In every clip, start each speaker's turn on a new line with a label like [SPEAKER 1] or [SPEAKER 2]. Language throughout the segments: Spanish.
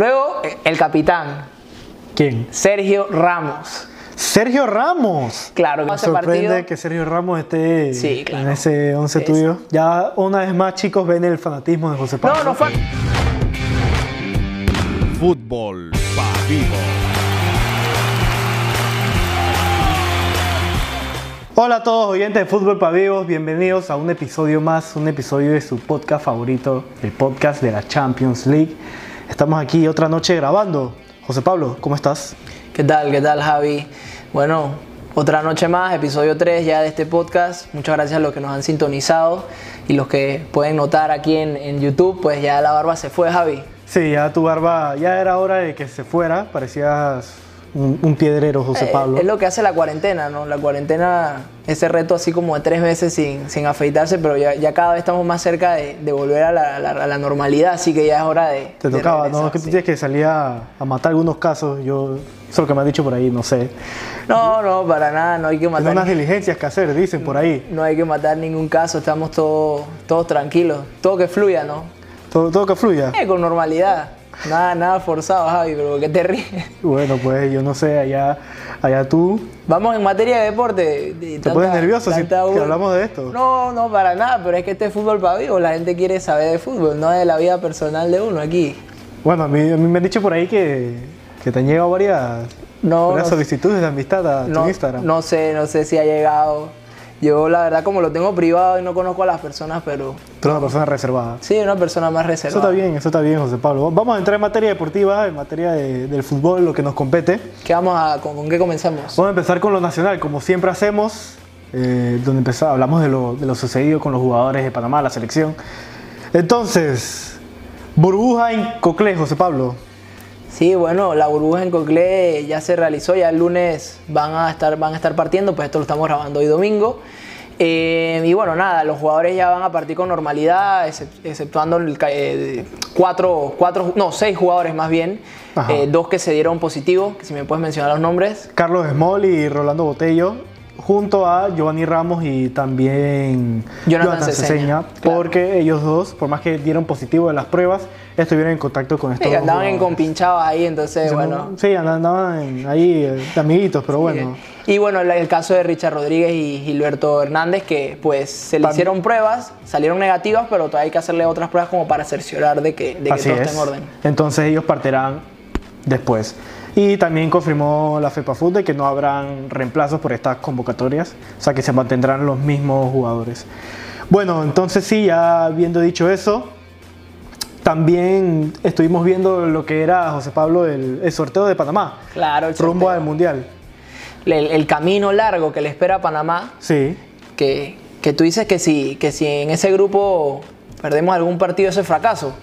[SPEAKER 1] Luego, el capitán,
[SPEAKER 2] ¿Quién?
[SPEAKER 1] Sergio Ramos.
[SPEAKER 2] Sergio Ramos.
[SPEAKER 1] Claro, que
[SPEAKER 2] Me
[SPEAKER 1] ese
[SPEAKER 2] sorprende
[SPEAKER 1] partido.
[SPEAKER 2] que Sergio Ramos esté
[SPEAKER 1] Sí, claro.
[SPEAKER 2] en ese 11
[SPEAKER 1] Es-
[SPEAKER 2] tuyo. Ya una vez más, chicos, ven el fanatismo de José Pablo.
[SPEAKER 1] No, no fue.
[SPEAKER 3] Fútbol pa' vivo.
[SPEAKER 2] Hola a todos oyentes de Fútbol para Vivos, bienvenidos a un episodio más, un episodio de su podcast favorito, el podcast de la Champions League. Estamos aquí otra noche grabando. José Pablo, ¿cómo estás?
[SPEAKER 1] ¿Qué tal? ¿Qué tal, Javi? Bueno, otra noche más, episodio 3 ya de este podcast. Muchas gracias a los que nos han sintonizado y los que pueden notar aquí en, en YouTube, pues ya la barba se fue, Javi.
[SPEAKER 2] Sí, ya tu barba, ya era hora de que se fuera, parecías un, un piedrero, José
[SPEAKER 1] Eh,
[SPEAKER 2] Pablo.
[SPEAKER 1] Es lo que hace la cuarentena, ¿no? La cuarentena, ese reto así como de tres meses sin, sin afeitarse, pero ya, ya cada vez estamos más cerca de, de volver a la, a la- a la normalidad, así que ya es hora de.
[SPEAKER 2] Te
[SPEAKER 1] de
[SPEAKER 2] tocaba, ¿no?
[SPEAKER 1] regresar,
[SPEAKER 2] Es que tú
[SPEAKER 1] sí.
[SPEAKER 2] tienes que salir a, a matar algunos casos. Yo, eso es lo que me han dicho por ahí, no sé.
[SPEAKER 1] No, no, para nada, no hay que
[SPEAKER 2] Hay
[SPEAKER 1] matar.
[SPEAKER 2] unas diligencias que hacer, dicen por ahí.
[SPEAKER 1] No hay que matar ningún caso, estamos todos, todos tranquilos. Todo que fluya, ¿no?
[SPEAKER 2] Todo, todo que fluya.
[SPEAKER 1] Eh, con normalidad. Nada, nada forzado, Javi, pero ¿por qué te ríes?
[SPEAKER 2] Bueno, pues yo no sé, allá, allá tú.
[SPEAKER 1] Vamos en materia de deporte. de tanta-
[SPEAKER 2] pones nervioso si-
[SPEAKER 1] tanta-
[SPEAKER 2] que hablamos de esto.
[SPEAKER 1] No, no, para nada, pero es que este es fútbol para vivo. La gente quiere saber de fútbol, no de la vida personal de uno aquí.
[SPEAKER 2] Bueno, a mí, a mí me han dicho por ahí que, que te han llegado varias,
[SPEAKER 1] No,
[SPEAKER 2] varias
[SPEAKER 1] no-
[SPEAKER 2] solicitudes de amistad a
[SPEAKER 1] no,
[SPEAKER 2] tu Instagram.
[SPEAKER 1] no sé, no sé si ha llegado. Yo, la verdad, como lo tengo privado y no conozco a las personas, pero
[SPEAKER 2] Tú eres una persona reservada.
[SPEAKER 1] sí, una persona más
[SPEAKER 2] Eso
[SPEAKER 1] reservada.
[SPEAKER 2] está bien, eso está bien, José Pablo. Vamos a entrar en materia deportiva, en materia de- del fútbol, lo que nos compete.
[SPEAKER 1] ¿Qué vamos a, con, con qué comenzamos?
[SPEAKER 2] Vamos a empezar con lo nacional, como siempre hacemos, eh, donde empezamos, hablamos de lo, de lo sucedido con los jugadores de Panamá, la selección. Entonces, burbuja en Coclé, José Pablo.
[SPEAKER 1] Sí, bueno, la burbuja en Coclé ya se realizó, ya el lunes van a estar, van a estar partiendo, pues esto lo estamos grabando hoy domingo. Eh, y bueno, nada, los jugadores ya van a partir con normalidad, excep- exceptuando el ca- eh, cuatro, cuatro, no, seis jugadores más bien,
[SPEAKER 2] Ajá.
[SPEAKER 1] Eh, dos que se dieron positivos, que si me puedes mencionar los nombres.
[SPEAKER 2] Carlos Small y Rolando Botello, junto a Giovanni Ramos y también
[SPEAKER 1] Jonathan Ceseña, claro.
[SPEAKER 2] porque ellos dos, por más que dieron positivo en las pruebas, estuvieron en contacto con estos
[SPEAKER 1] Sí,
[SPEAKER 2] dos
[SPEAKER 1] andaban en
[SPEAKER 2] jugadores.
[SPEAKER 1] compinchados ahí, entonces, bueno.
[SPEAKER 2] Sí, andaban en- ahí eh, de amiguitos, pero
[SPEAKER 1] eh.
[SPEAKER 2] bueno.
[SPEAKER 1] Y bueno, el, el caso de Richard Rodríguez y Gilberto Hernández, que pues se le
[SPEAKER 2] Tam-
[SPEAKER 1] hicieron pruebas, salieron negativas, pero todavía hay que hacerle otras pruebas como para cerciorar de que, de que
[SPEAKER 2] Así
[SPEAKER 1] todo
[SPEAKER 2] es.
[SPEAKER 1] está en orden.
[SPEAKER 2] Entonces ellos partirán después. Y también confirmó la FEPAFUT de que no habrán reemplazos por estas convocatorias, o sea que se mantendrán los mismos jugadores. Bueno, entonces sí, ya habiendo dicho eso, también estuvimos viendo lo que era, José Pablo, el, el sorteo de Panamá,
[SPEAKER 1] Claro, el,
[SPEAKER 2] rumbo al
[SPEAKER 1] sorteo.
[SPEAKER 2] Mundial.
[SPEAKER 1] El- el camino largo que le espera a Panamá,
[SPEAKER 2] Sí,
[SPEAKER 1] que, que tú dices que si, que si en ese grupo perdemos algún partido, eso es fracaso.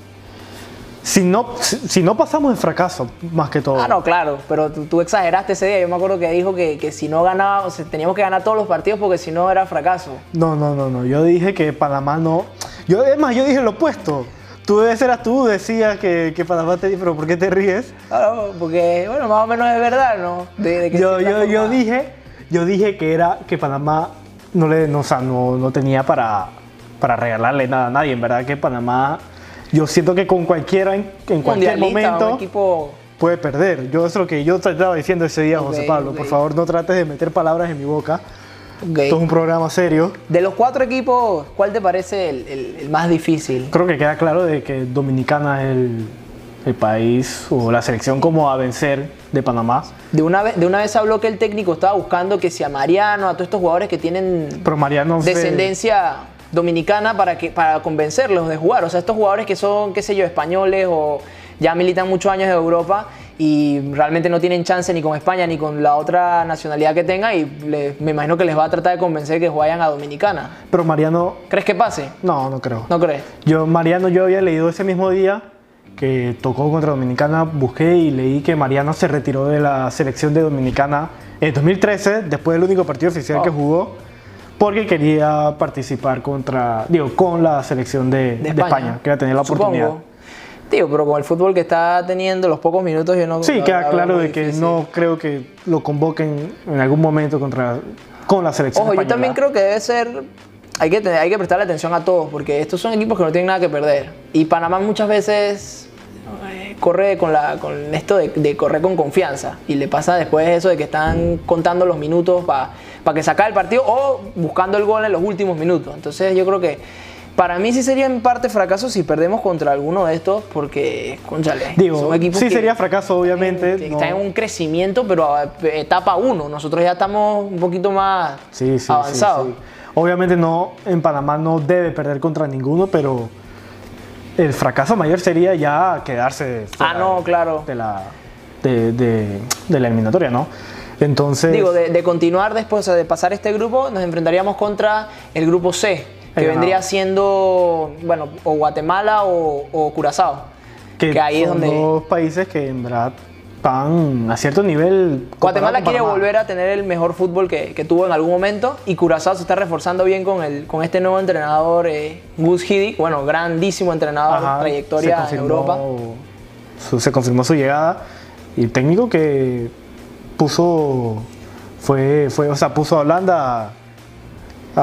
[SPEAKER 2] si no, si, si no pasamos en fracaso, más que todo.
[SPEAKER 1] Ah, no, claro, pero tú, tú exageraste ese día. Yo me acuerdo que dijo que, que si no ganaba, o sea, teníamos que ganar todos los partidos porque si no era fracaso.
[SPEAKER 2] No, no, no, no. Yo dije que Panamá no. Yo, es más, yo dije lo opuesto. Tú debes eras tú, decías que, que Panamá te. Pero ¿por qué te ríes?
[SPEAKER 1] Claro, Ah, porque, bueno, más o menos es verdad, ¿no? De- de que
[SPEAKER 2] Yo,
[SPEAKER 1] sí, la
[SPEAKER 2] yo, yo
[SPEAKER 1] forma-
[SPEAKER 2] dije, yo dije que era que Panamá no le, no, o sea, no, no tenía para, para regalarle nada a nadie. En verdad que Panamá, yo siento que con cualquiera en, en cualquier
[SPEAKER 1] Mundialista,
[SPEAKER 2] momento
[SPEAKER 1] Un equipo
[SPEAKER 2] puede perder. Yo eso es lo que yo te estaba diciendo ese día,
[SPEAKER 1] Ok,
[SPEAKER 2] José Pablo.
[SPEAKER 1] ok.
[SPEAKER 2] Por favor, no trates de meter palabras en mi boca.
[SPEAKER 1] ok.
[SPEAKER 2] Esto es un programa serio.
[SPEAKER 1] De los cuatro equipos, ¿cuál te parece el, el- el más difícil?
[SPEAKER 2] Creo que queda claro de que Dominicana es el, el país o la selección como a vencer de Panamá.
[SPEAKER 1] De una, vez, de una vez habló que el técnico estaba buscando que si a Mariano, a todos estos jugadores que tienen
[SPEAKER 2] Pero Mariano se-
[SPEAKER 1] descendencia dominicana para, que, para convencerlos de jugar. O sea, estos jugadores que son, qué sé yo, españoles o ya militan muchos años de Europa y realmente no tienen chance ni con España ni con la otra nacionalidad que tenga y le- me imagino que les va a tratar de convencer que vayan a Dominicana.
[SPEAKER 2] Pero Mariano,
[SPEAKER 1] ¿Crees que pase?
[SPEAKER 2] no, no creo.
[SPEAKER 1] ¿No crees?
[SPEAKER 2] Yo, Mariano, yo había leído ese mismo día que tocó contra Dominicana, busqué y leí que Mariano se retiró de la selección de Dominicana en 2013, después del único partido oficial
[SPEAKER 1] Oh.
[SPEAKER 2] que jugó, porque quería participar contra, digo, con la selección de, de España. quería tener la
[SPEAKER 1] Supongo.
[SPEAKER 2] oportunidad.
[SPEAKER 1] Tío, pero con el fútbol que está teniendo los pocos minutos, yo no.
[SPEAKER 2] Sí,
[SPEAKER 1] la
[SPEAKER 2] queda
[SPEAKER 1] verdad,
[SPEAKER 2] claro
[SPEAKER 1] veo
[SPEAKER 2] de
[SPEAKER 1] muy
[SPEAKER 2] que
[SPEAKER 1] difícil.
[SPEAKER 2] no creo que lo convoquen en algún momento contra, con la selección.
[SPEAKER 1] Ojo, yo
[SPEAKER 2] española.
[SPEAKER 1] también creo que debe ser. Hay que, tener- hay que prestarle atención a todos, porque estos son equipos que no tienen nada que perder. Y Panamá muchas veces eh, corre con, la, con esto de, de correr con confianza y le pasa después eso de que están contando los minutos para que saca el partido o buscando el gol en los últimos minutos. Entonces yo creo que para mí sí sería en parte fracaso si perdemos contra alguno de estos porque, conchale,
[SPEAKER 2] Digo,
[SPEAKER 1] son equipos
[SPEAKER 2] sí
[SPEAKER 1] que-
[SPEAKER 2] sería fracaso, obviamente.
[SPEAKER 1] que
[SPEAKER 2] no.
[SPEAKER 1] Está en un crecimiento, pero a etapa 1. Nosotros ya estamos un poquito más
[SPEAKER 2] Sí, sí, sí,
[SPEAKER 1] avanzados.
[SPEAKER 2] sí. Obviamente no, en Panamá no debe perder contra ninguno, pero el fracaso mayor sería ya quedarse fuera
[SPEAKER 1] Ah, no, claro.
[SPEAKER 2] de la de, de- de la eliminatoria, ¿no? Entonces,
[SPEAKER 1] Digo, de, de continuar después, o sea, de pasar este grupo, nos enfrentaríamos contra el grupo C, que
[SPEAKER 2] Ahí va.
[SPEAKER 1] vendría siendo, bueno, o Guatemala o, o Curazao.
[SPEAKER 2] que,
[SPEAKER 1] que ahí es
[SPEAKER 2] son
[SPEAKER 1] donde-
[SPEAKER 2] dos países que en verdad van a cierto nivel. comparado
[SPEAKER 1] Guatemala
[SPEAKER 2] con
[SPEAKER 1] quiere
[SPEAKER 2] Panamá.
[SPEAKER 1] volver a tener el mejor fútbol que, que tuvo en algún momento y Curazao se está reforzando bien con, el, con este nuevo entrenador, eh, Gus Hiddink, bueno, grandísimo entrenador,
[SPEAKER 2] Ajá, se
[SPEAKER 1] trayectoria en
[SPEAKER 2] confirmó
[SPEAKER 1] Europa.
[SPEAKER 2] su- se confirmó su llegada y el técnico que puso fue, fue o sea, puso a Holanda a,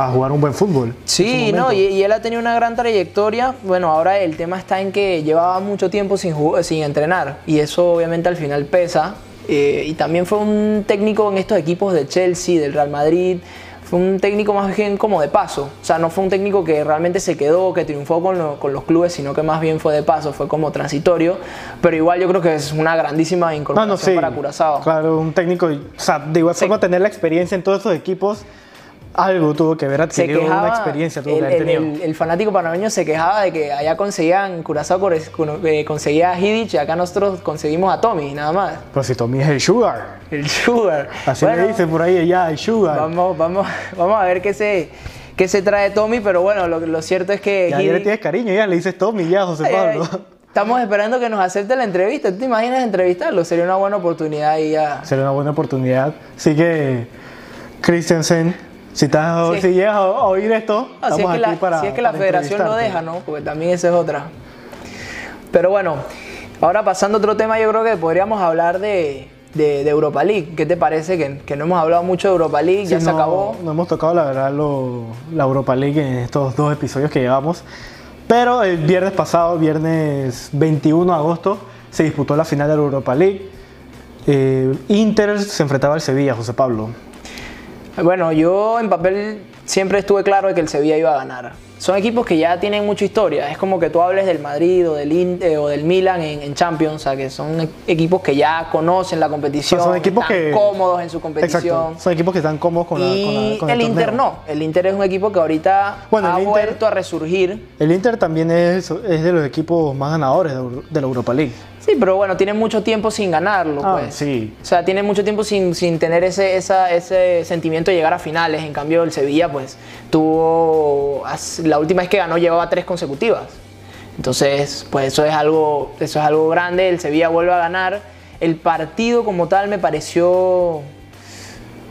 [SPEAKER 2] a jugar un buen fútbol.
[SPEAKER 1] Sí,
[SPEAKER 2] en su
[SPEAKER 1] no,
[SPEAKER 2] momento.
[SPEAKER 1] y, y él ha tenido una gran trayectoria. Bueno, ahora el tema está en que llevaba mucho tiempo sin, jug- sin entrenar y eso obviamente al final pesa. Eh, y también fue un técnico en estos equipos de Chelsea, del Real Madrid. Fue un técnico más bien como de paso. O sea, no fue un técnico que realmente se quedó, que triunfó con, lo- con los clubes, sino que más bien fue de paso, fue como transitorio. Pero igual yo creo que es una grandísima
[SPEAKER 2] No,
[SPEAKER 1] incorporación
[SPEAKER 2] no, sí.
[SPEAKER 1] para Curazao.
[SPEAKER 2] Claro, un técnico, o sea, de igual forma tener la experiencia en todos esos equipos, algo tuvo que ver
[SPEAKER 1] se
[SPEAKER 2] adquirir
[SPEAKER 1] quejaba
[SPEAKER 2] una experiencia, tuvo
[SPEAKER 1] el,
[SPEAKER 2] que haber
[SPEAKER 1] el-
[SPEAKER 2] tenido.
[SPEAKER 1] el- el fanático panameño se quejaba de que allá conseguían Curazao corre- cuno- eh, conseguía a Hiddich y acá nosotros conseguimos a Tommy nada más
[SPEAKER 2] Pero Pues si Tommy es el Sugar,
[SPEAKER 1] el Sugar
[SPEAKER 2] así
[SPEAKER 1] Bueno,
[SPEAKER 2] le dicen por ahí, ya, el Sugar.
[SPEAKER 1] vamos vamos vamos a ver qué se qué se trae Tommy pero bueno lo, lo cierto es que
[SPEAKER 2] ya, ya le
[SPEAKER 1] Hiddink-
[SPEAKER 2] tienes cariño, ya le dices Tommy, ya, José
[SPEAKER 1] Ay, ay,
[SPEAKER 2] Pablo.
[SPEAKER 1] estamos esperando que nos acepte la entrevista ¿Tú te imaginas entrevistarlo sería una buena oportunidad y ya
[SPEAKER 2] Será una buena oportunidad. Así que, Christensen, si, estás,
[SPEAKER 1] Sí.
[SPEAKER 2] si llegas a a oír esto,
[SPEAKER 1] Ah, si, es
[SPEAKER 2] estamos
[SPEAKER 1] que
[SPEAKER 2] aquí
[SPEAKER 1] la,
[SPEAKER 2] para.
[SPEAKER 1] si es que la
[SPEAKER 2] para
[SPEAKER 1] federación lo deja,
[SPEAKER 2] entrevistarte.
[SPEAKER 1] ¿no? Porque también esa es otra. Pero bueno, ahora pasando a otro tema, yo creo que podríamos hablar de, de- de Europa League. ¿Qué te parece? Que, que no hemos hablado mucho de Europa League, ya
[SPEAKER 2] Sí,
[SPEAKER 1] se
[SPEAKER 2] no-
[SPEAKER 1] acabó.
[SPEAKER 2] No hemos tocado, la verdad, lo- la Europa League en estos dos episodios que llevamos. Pero el viernes pasado, viernes 21 de agosto, se disputó la final de la Europa League. Eh, Inter se enfrentaba al Sevilla, José Pablo.
[SPEAKER 1] Bueno, yo en papel siempre estuve claro de que el Sevilla iba a ganar. Son equipos que ya tienen mucha historia. Es como que tú hables del Madrid o del, In- eh, o del Milan en, en Champions, o sea, que son e- equipos que ya conocen la competición,
[SPEAKER 2] son equipos
[SPEAKER 1] están
[SPEAKER 2] que-
[SPEAKER 1] cómodos en su competición.
[SPEAKER 2] Exacto. Son equipos que están cómodos con, la, con, la-
[SPEAKER 1] y
[SPEAKER 2] con
[SPEAKER 1] el Inter
[SPEAKER 2] torneo.
[SPEAKER 1] no. El Inter es un equipo que ahorita
[SPEAKER 2] Bueno,
[SPEAKER 1] ha
[SPEAKER 2] el Inter-
[SPEAKER 1] vuelto a resurgir.
[SPEAKER 2] El Inter también es, es de los equipos más ganadores de Euro- de la Europa League.
[SPEAKER 1] Sí, pero bueno, tiene mucho tiempo sin ganarlo,
[SPEAKER 2] Ah,
[SPEAKER 1] pues.
[SPEAKER 2] sí.
[SPEAKER 1] O sea, tiene mucho tiempo sin, sin tener ese, esa- ese sentimiento de llegar a finales. En cambio, el Sevilla, pues, tuvo. as- La última vez que ganó llevaba tres consecutivas. Entonces, pues eso es algo. Eso es algo grande. El Sevilla vuelve a ganar. El partido como tal me pareció.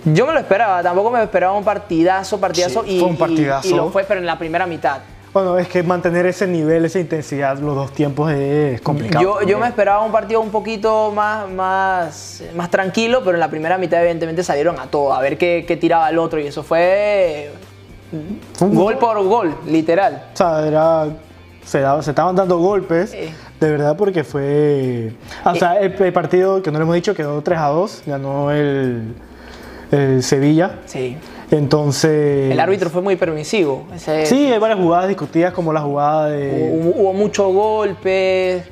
[SPEAKER 1] Yo me lo esperaba, tampoco me esperaba un partidazo, partidazo,
[SPEAKER 2] Sí,
[SPEAKER 1] y,
[SPEAKER 2] fue un
[SPEAKER 1] y-
[SPEAKER 2] partidazo.
[SPEAKER 1] y lo fue, pero en la primera mitad.
[SPEAKER 2] Bueno, es que mantener ese nivel, esa intensidad, los dos tiempos es complicado.
[SPEAKER 1] Yo, yo me esperaba un partido un poquito más, más, más tranquilo, pero en la primera mitad evidentemente salieron a todo, a ver qué, qué tiraba el otro y eso fue
[SPEAKER 2] Fue un
[SPEAKER 1] gol
[SPEAKER 2] gol.
[SPEAKER 1] por gol, literal.
[SPEAKER 2] O sea, era- se, daba- se estaban dando golpes,
[SPEAKER 1] Sí.
[SPEAKER 2] de verdad, porque fue... ah, O sea, el, el partido, que no lo hemos dicho, quedó 3 a 2, ganó el, el Sevilla.
[SPEAKER 1] Sí.
[SPEAKER 2] Entonces...
[SPEAKER 1] El árbitro fue muy permisivo. Ese-
[SPEAKER 2] Sí, hay varias jugadas discutidas, como la jugada de...
[SPEAKER 1] Hubo, hubo muchos golpes,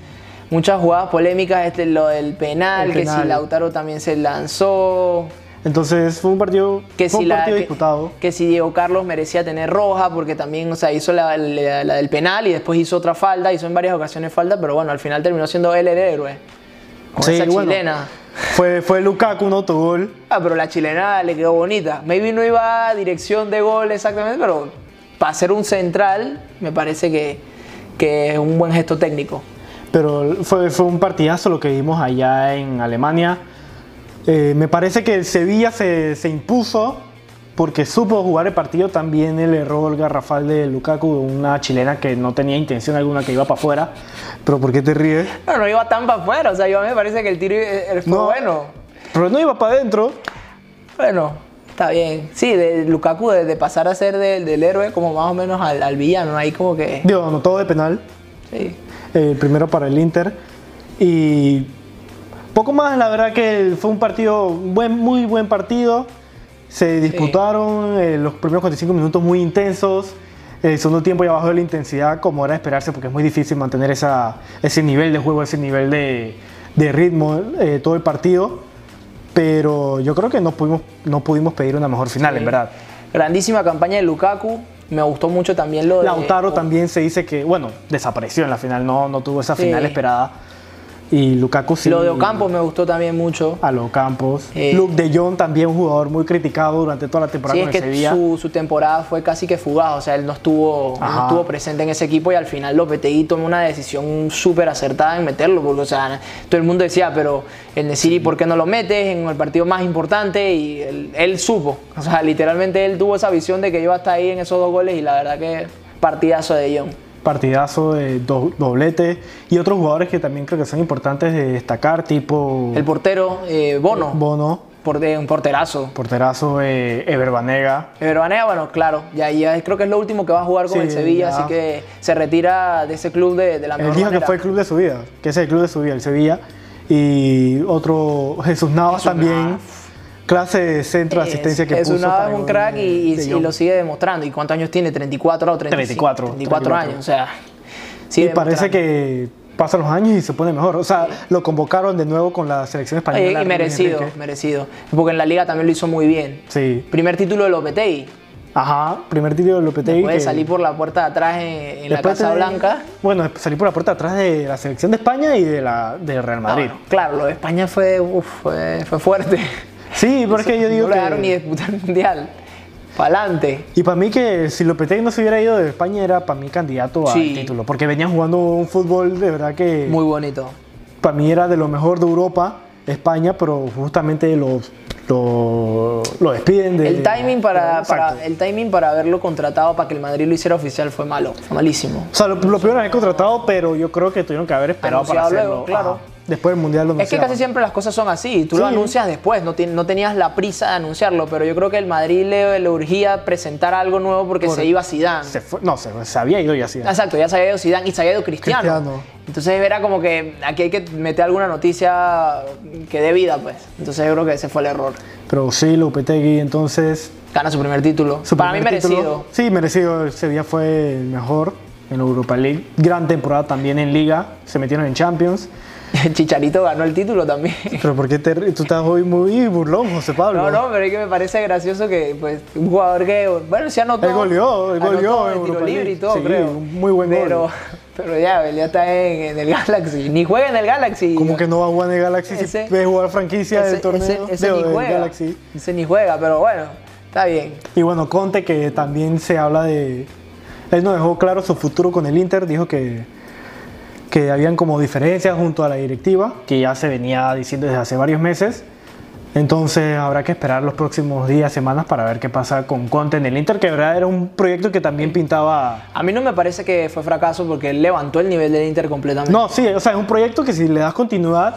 [SPEAKER 1] muchas jugadas polémicas, este, lo del penal,
[SPEAKER 2] El
[SPEAKER 1] que si
[SPEAKER 2] penal.
[SPEAKER 1] Lautaro también se lanzó.
[SPEAKER 2] Entonces fue un partido,
[SPEAKER 1] Uh. que
[SPEAKER 2] fue
[SPEAKER 1] si
[SPEAKER 2] un
[SPEAKER 1] la
[SPEAKER 2] partido
[SPEAKER 1] que,
[SPEAKER 2] disputado.
[SPEAKER 1] que si Diego Carlos merecía tener roja porque también o sea hizo la, la- la del penal y después hizo otra falda hizo en varias ocasiones falda pero bueno al final terminó siendo él el héroe con
[SPEAKER 2] Sí,
[SPEAKER 1] esa
[SPEAKER 2] bueno.
[SPEAKER 1] chilena
[SPEAKER 2] Fue, fue Lukaku un autogol.
[SPEAKER 1] ah pero la chilena le quedó bonita maybe no iba a dirección de gol exactamente pero para ser un central me parece que que es un buen gesto técnico
[SPEAKER 2] Pero fue, fue un partidazo lo que vimos allá en Alemania. Eh, me parece que el Sevilla se, se impuso porque supo jugar el partido. También el error garrafal de Lukaku, una chilena que no tenía intención alguna que iba para afuera. Pero ¿por qué te ríes?
[SPEAKER 1] no, no iba tan para afuera o sea yo me parece que el tiro eh, fue
[SPEAKER 2] No.
[SPEAKER 1] bueno
[SPEAKER 2] Pero no iba para adentro.
[SPEAKER 1] Bueno, está bien. Sí, de Lukaku, de, de pasar a ser del- del héroe como más o menos al, al villano, ahí como que...
[SPEAKER 2] Digo, anotó de penal.
[SPEAKER 1] Sí.
[SPEAKER 2] El primero eh, para el Inter. Y poco más, la verdad que fue un partido, un buen, muy buen partido. Se disputaron eh, los primeros 45 minutos muy intensos. El segundo tiempo ya bajó la intensidad, como era de esperarse, porque es muy difícil mantener esa, ese nivel de juego, ese nivel de, de ritmo eh, todo el partido. Pero yo creo que no pudimos, no pudimos pedir una mejor final, en verdad.
[SPEAKER 1] Grandísima campaña de Lukaku. Me gustó mucho también lo de.
[SPEAKER 2] Lautaro
[SPEAKER 1] o-
[SPEAKER 2] también se dice que, bueno, desapareció en la final, no, no tuvo esa
[SPEAKER 1] Sí.
[SPEAKER 2] final esperada. Y Lukaku sí.
[SPEAKER 1] Lo de Ocampo me gustó también mucho.
[SPEAKER 2] A los campos.
[SPEAKER 1] Eh.
[SPEAKER 2] Luke de Jong también, un jugador muy criticado durante toda la temporada
[SPEAKER 1] Sí, es
[SPEAKER 2] con el
[SPEAKER 1] que
[SPEAKER 2] Sevilla.
[SPEAKER 1] su, su temporada fue casi que fugaz, o sea, él no estuvo, él no
[SPEAKER 2] Ajá.
[SPEAKER 1] estuvo presente en ese equipo y al final Lopetegui tomó una decisión súper acertada en meterlo, porque, o sea, todo el mundo decía, pero el Neciri, ¿por qué no lo metes en el partido más importante? Y él, él supo, o sea, literalmente él tuvo esa visión de que iba hasta ahí en esos dos goles y la verdad que partidazo de John.
[SPEAKER 2] Partidazo de do- doblete. Y otros jugadores que también creo que son importantes de destacar, tipo
[SPEAKER 1] El portero, eh, Bono,
[SPEAKER 2] Bono,
[SPEAKER 1] por- eh, un porterazo.
[SPEAKER 2] porterazo eh, Ever Banega.
[SPEAKER 1] Pero Banega, bueno, claro, ya, ya creo que es lo último que va a jugar con
[SPEAKER 2] Sí,
[SPEAKER 1] el Sevilla,
[SPEAKER 2] ya.
[SPEAKER 1] así que se retira de ese club de, de la
[SPEAKER 2] Él
[SPEAKER 1] mejor
[SPEAKER 2] dijo que
[SPEAKER 1] manera.
[SPEAKER 2] fue el club de su vida, que ese es el club de su vida, el Sevilla. Y otro, Jesús Navas también. Clase de centro de asistencia que
[SPEAKER 1] es,
[SPEAKER 2] puso.
[SPEAKER 1] es una-
[SPEAKER 2] para
[SPEAKER 1] es un
[SPEAKER 2] gol
[SPEAKER 1] crack y,
[SPEAKER 2] de-
[SPEAKER 1] y-
[SPEAKER 2] de
[SPEAKER 1] y
[SPEAKER 2] Jong.
[SPEAKER 1] lo sigue demostrando. ¿Y cuántos años tiene? ¿34 o 35?
[SPEAKER 2] 34,
[SPEAKER 1] 34 años, o sea. sigue
[SPEAKER 2] Y parece
[SPEAKER 1] demostrando.
[SPEAKER 2] que pasan los años y se pone mejor. O sea, lo convocaron de nuevo con la selección
[SPEAKER 1] Oye,
[SPEAKER 2] española.
[SPEAKER 1] y
[SPEAKER 2] Luis
[SPEAKER 1] merecido,
[SPEAKER 2] Enrique.
[SPEAKER 1] merecido. Porque en la liga también lo hizo muy bien.
[SPEAKER 2] Sí.
[SPEAKER 1] Primer título de Lopetegui.
[SPEAKER 2] Ajá, primer título de Lopetegui.
[SPEAKER 1] Puede
[SPEAKER 2] que-
[SPEAKER 1] salir por la puerta de atrás en, en la
[SPEAKER 2] después
[SPEAKER 1] Casa
[SPEAKER 2] tener-
[SPEAKER 1] Blanca.
[SPEAKER 2] Bueno, salí por la puerta atrás de la selección de España y de la del Real
[SPEAKER 1] Ah,
[SPEAKER 2] Madrid.
[SPEAKER 1] bueno, claro, lo de España fue, uf, fue, fue fuerte.
[SPEAKER 2] Sí, porque yo digo
[SPEAKER 1] no lograron ni
[SPEAKER 2] que.
[SPEAKER 1] disputar el mundial. Pa'lante.
[SPEAKER 2] Y para mí que si Lopetegui no se hubiera ido de España era para mí candidato al
[SPEAKER 1] Sí.
[SPEAKER 2] título, porque venía jugando un fútbol de verdad que
[SPEAKER 1] Muy bonito.
[SPEAKER 2] para mí era de lo mejor de Europa, España, pero justamente los lo, lo despiden de...
[SPEAKER 1] El timing para,
[SPEAKER 2] Exacto.
[SPEAKER 1] para- el timing para haberlo contratado para que el Madrid lo hiciera oficial fue malo, fue malísimo.
[SPEAKER 2] O sea, lo, lo pudieron haber contratado, pero yo creo que tuvieron que haber esperado
[SPEAKER 1] Anunciado
[SPEAKER 2] para
[SPEAKER 1] luego,
[SPEAKER 2] hacerlo.
[SPEAKER 1] claro.
[SPEAKER 2] Ajá. Después del Mundial lo
[SPEAKER 1] Es que
[SPEAKER 2] anunciaron.
[SPEAKER 1] casi siempre las cosas son así, tú lo
[SPEAKER 2] Sí.
[SPEAKER 1] anuncias después, no, tien- no tenías la prisa de anunciarlo, pero yo creo que el Madrid le, le urgía presentar algo nuevo porque se iba Zidane.
[SPEAKER 2] Se fue- no, se, se había ido y así.
[SPEAKER 1] Exacto, ya se había ido Zidane y se había ido Cristiano.
[SPEAKER 2] Cristiano.
[SPEAKER 1] Entonces era como que aquí hay que meter alguna noticia que dé vida, pues. Entonces yo creo que ese fue el error.
[SPEAKER 2] Pero sí, Lopetegui, entonces...
[SPEAKER 1] Gana su primer título.
[SPEAKER 2] su
[SPEAKER 1] para mí
[SPEAKER 2] primer título-
[SPEAKER 1] merecido.
[SPEAKER 2] Sí, merecido. El Sevilla fue el mejor en Europa League. Gran temporada también en Liga. Se metieron en Champions.
[SPEAKER 1] Chicharito ganó el título también.
[SPEAKER 2] Pero ¿por qué te ri- tú estás hoy muy burlón, José Pablo?
[SPEAKER 1] No, no, pero es que me parece gracioso que pues, un jugador que, bueno, sí anotó.
[SPEAKER 2] Él goleó, él goleó
[SPEAKER 1] anotó
[SPEAKER 2] en
[SPEAKER 1] de tiro
[SPEAKER 2] Europa
[SPEAKER 1] libre y
[SPEAKER 2] League.
[SPEAKER 1] todo,
[SPEAKER 2] Sí,
[SPEAKER 1] creo.
[SPEAKER 2] un muy buen gol.
[SPEAKER 1] pero, Pero ya, él ya está en, en el Galaxy. Ni juega en el Galaxy.
[SPEAKER 2] Como que no va a jugar en el Galaxy
[SPEAKER 1] Ese-
[SPEAKER 2] si puede jugar franquicia
[SPEAKER 1] ese,
[SPEAKER 2] del torneo
[SPEAKER 1] ese- ese
[SPEAKER 2] de-
[SPEAKER 1] ni
[SPEAKER 2] del
[SPEAKER 1] juega.
[SPEAKER 2] Galaxy.
[SPEAKER 1] Ese ni juega, pero bueno, está bien.
[SPEAKER 2] Y bueno, Conte que también se habla de... Él no dejó claro su futuro con el Inter, dijo que, que habían como diferencias junto a la directiva, que ya se venía diciendo desde hace varios meses. Entonces habrá que esperar los próximos días, semanas para ver qué pasa con Conte en el Inter, que de verdad era un proyecto que también pintaba...
[SPEAKER 1] A mí no me parece que fue fracaso porque él levantó el nivel del Inter completamente.
[SPEAKER 2] No, sí, o sea, es un proyecto que si le das continuidad,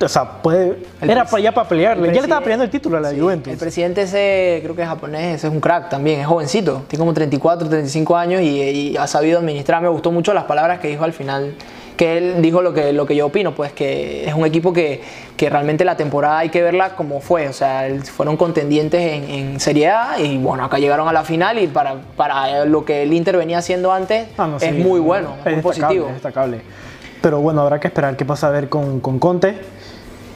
[SPEAKER 2] o sea, puede...
[SPEAKER 1] El
[SPEAKER 2] era
[SPEAKER 1] presi-
[SPEAKER 2] para ya para pelearle,
[SPEAKER 1] el
[SPEAKER 2] ya le estaba
[SPEAKER 1] preside-
[SPEAKER 2] peleando el título a la Juventus.
[SPEAKER 1] El presidente ese, creo que es japonés, ese es un crack también, es jovencito, tiene como 34, 35 años y, y ha sabido administrar. Me gustó mucho las palabras que dijo al final, que él dijo lo que, lo que yo opino, pues que es un equipo que, que realmente la temporada hay que verla como fue, o sea, él- fueron contendientes en, en Serie A y bueno, acá llegaron a la final y para, para lo que el Inter venía haciendo antes
[SPEAKER 2] Ah, no, sí.
[SPEAKER 1] es muy bueno, es, muy
[SPEAKER 2] destacable,
[SPEAKER 1] positivo.
[SPEAKER 2] es destacable. Pero bueno, habrá que esperar qué pasa a ver con, con Conte.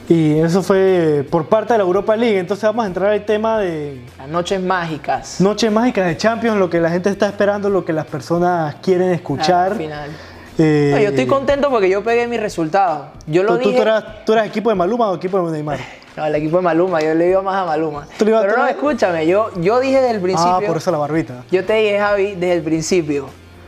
[SPEAKER 2] Y eso fue por parte de la Europa League. Entonces vamos a entrar al tema de
[SPEAKER 1] Las noches mágicas.
[SPEAKER 2] noches mágicas de Champions, lo que la gente está esperando, lo que las personas quieren escuchar.
[SPEAKER 1] Al final.
[SPEAKER 2] Eh,
[SPEAKER 1] No, yo estoy contento porque yo pegué mi resultado. Yo lo
[SPEAKER 2] ¿Tú, tú,
[SPEAKER 1] dije.
[SPEAKER 2] tú eras, tú eras equipo de Maluma o equipo de Neymar?
[SPEAKER 1] No, el equipo de Maluma, yo le digo más a Maluma.
[SPEAKER 2] Tú le
[SPEAKER 1] Pero
[SPEAKER 2] ibas- tú
[SPEAKER 1] no,
[SPEAKER 2] le-
[SPEAKER 1] escúchame, yo, yo dije desde el principio.
[SPEAKER 2] Ah, por eso la barbita.
[SPEAKER 1] Yo te dije, Javi, desde el principio.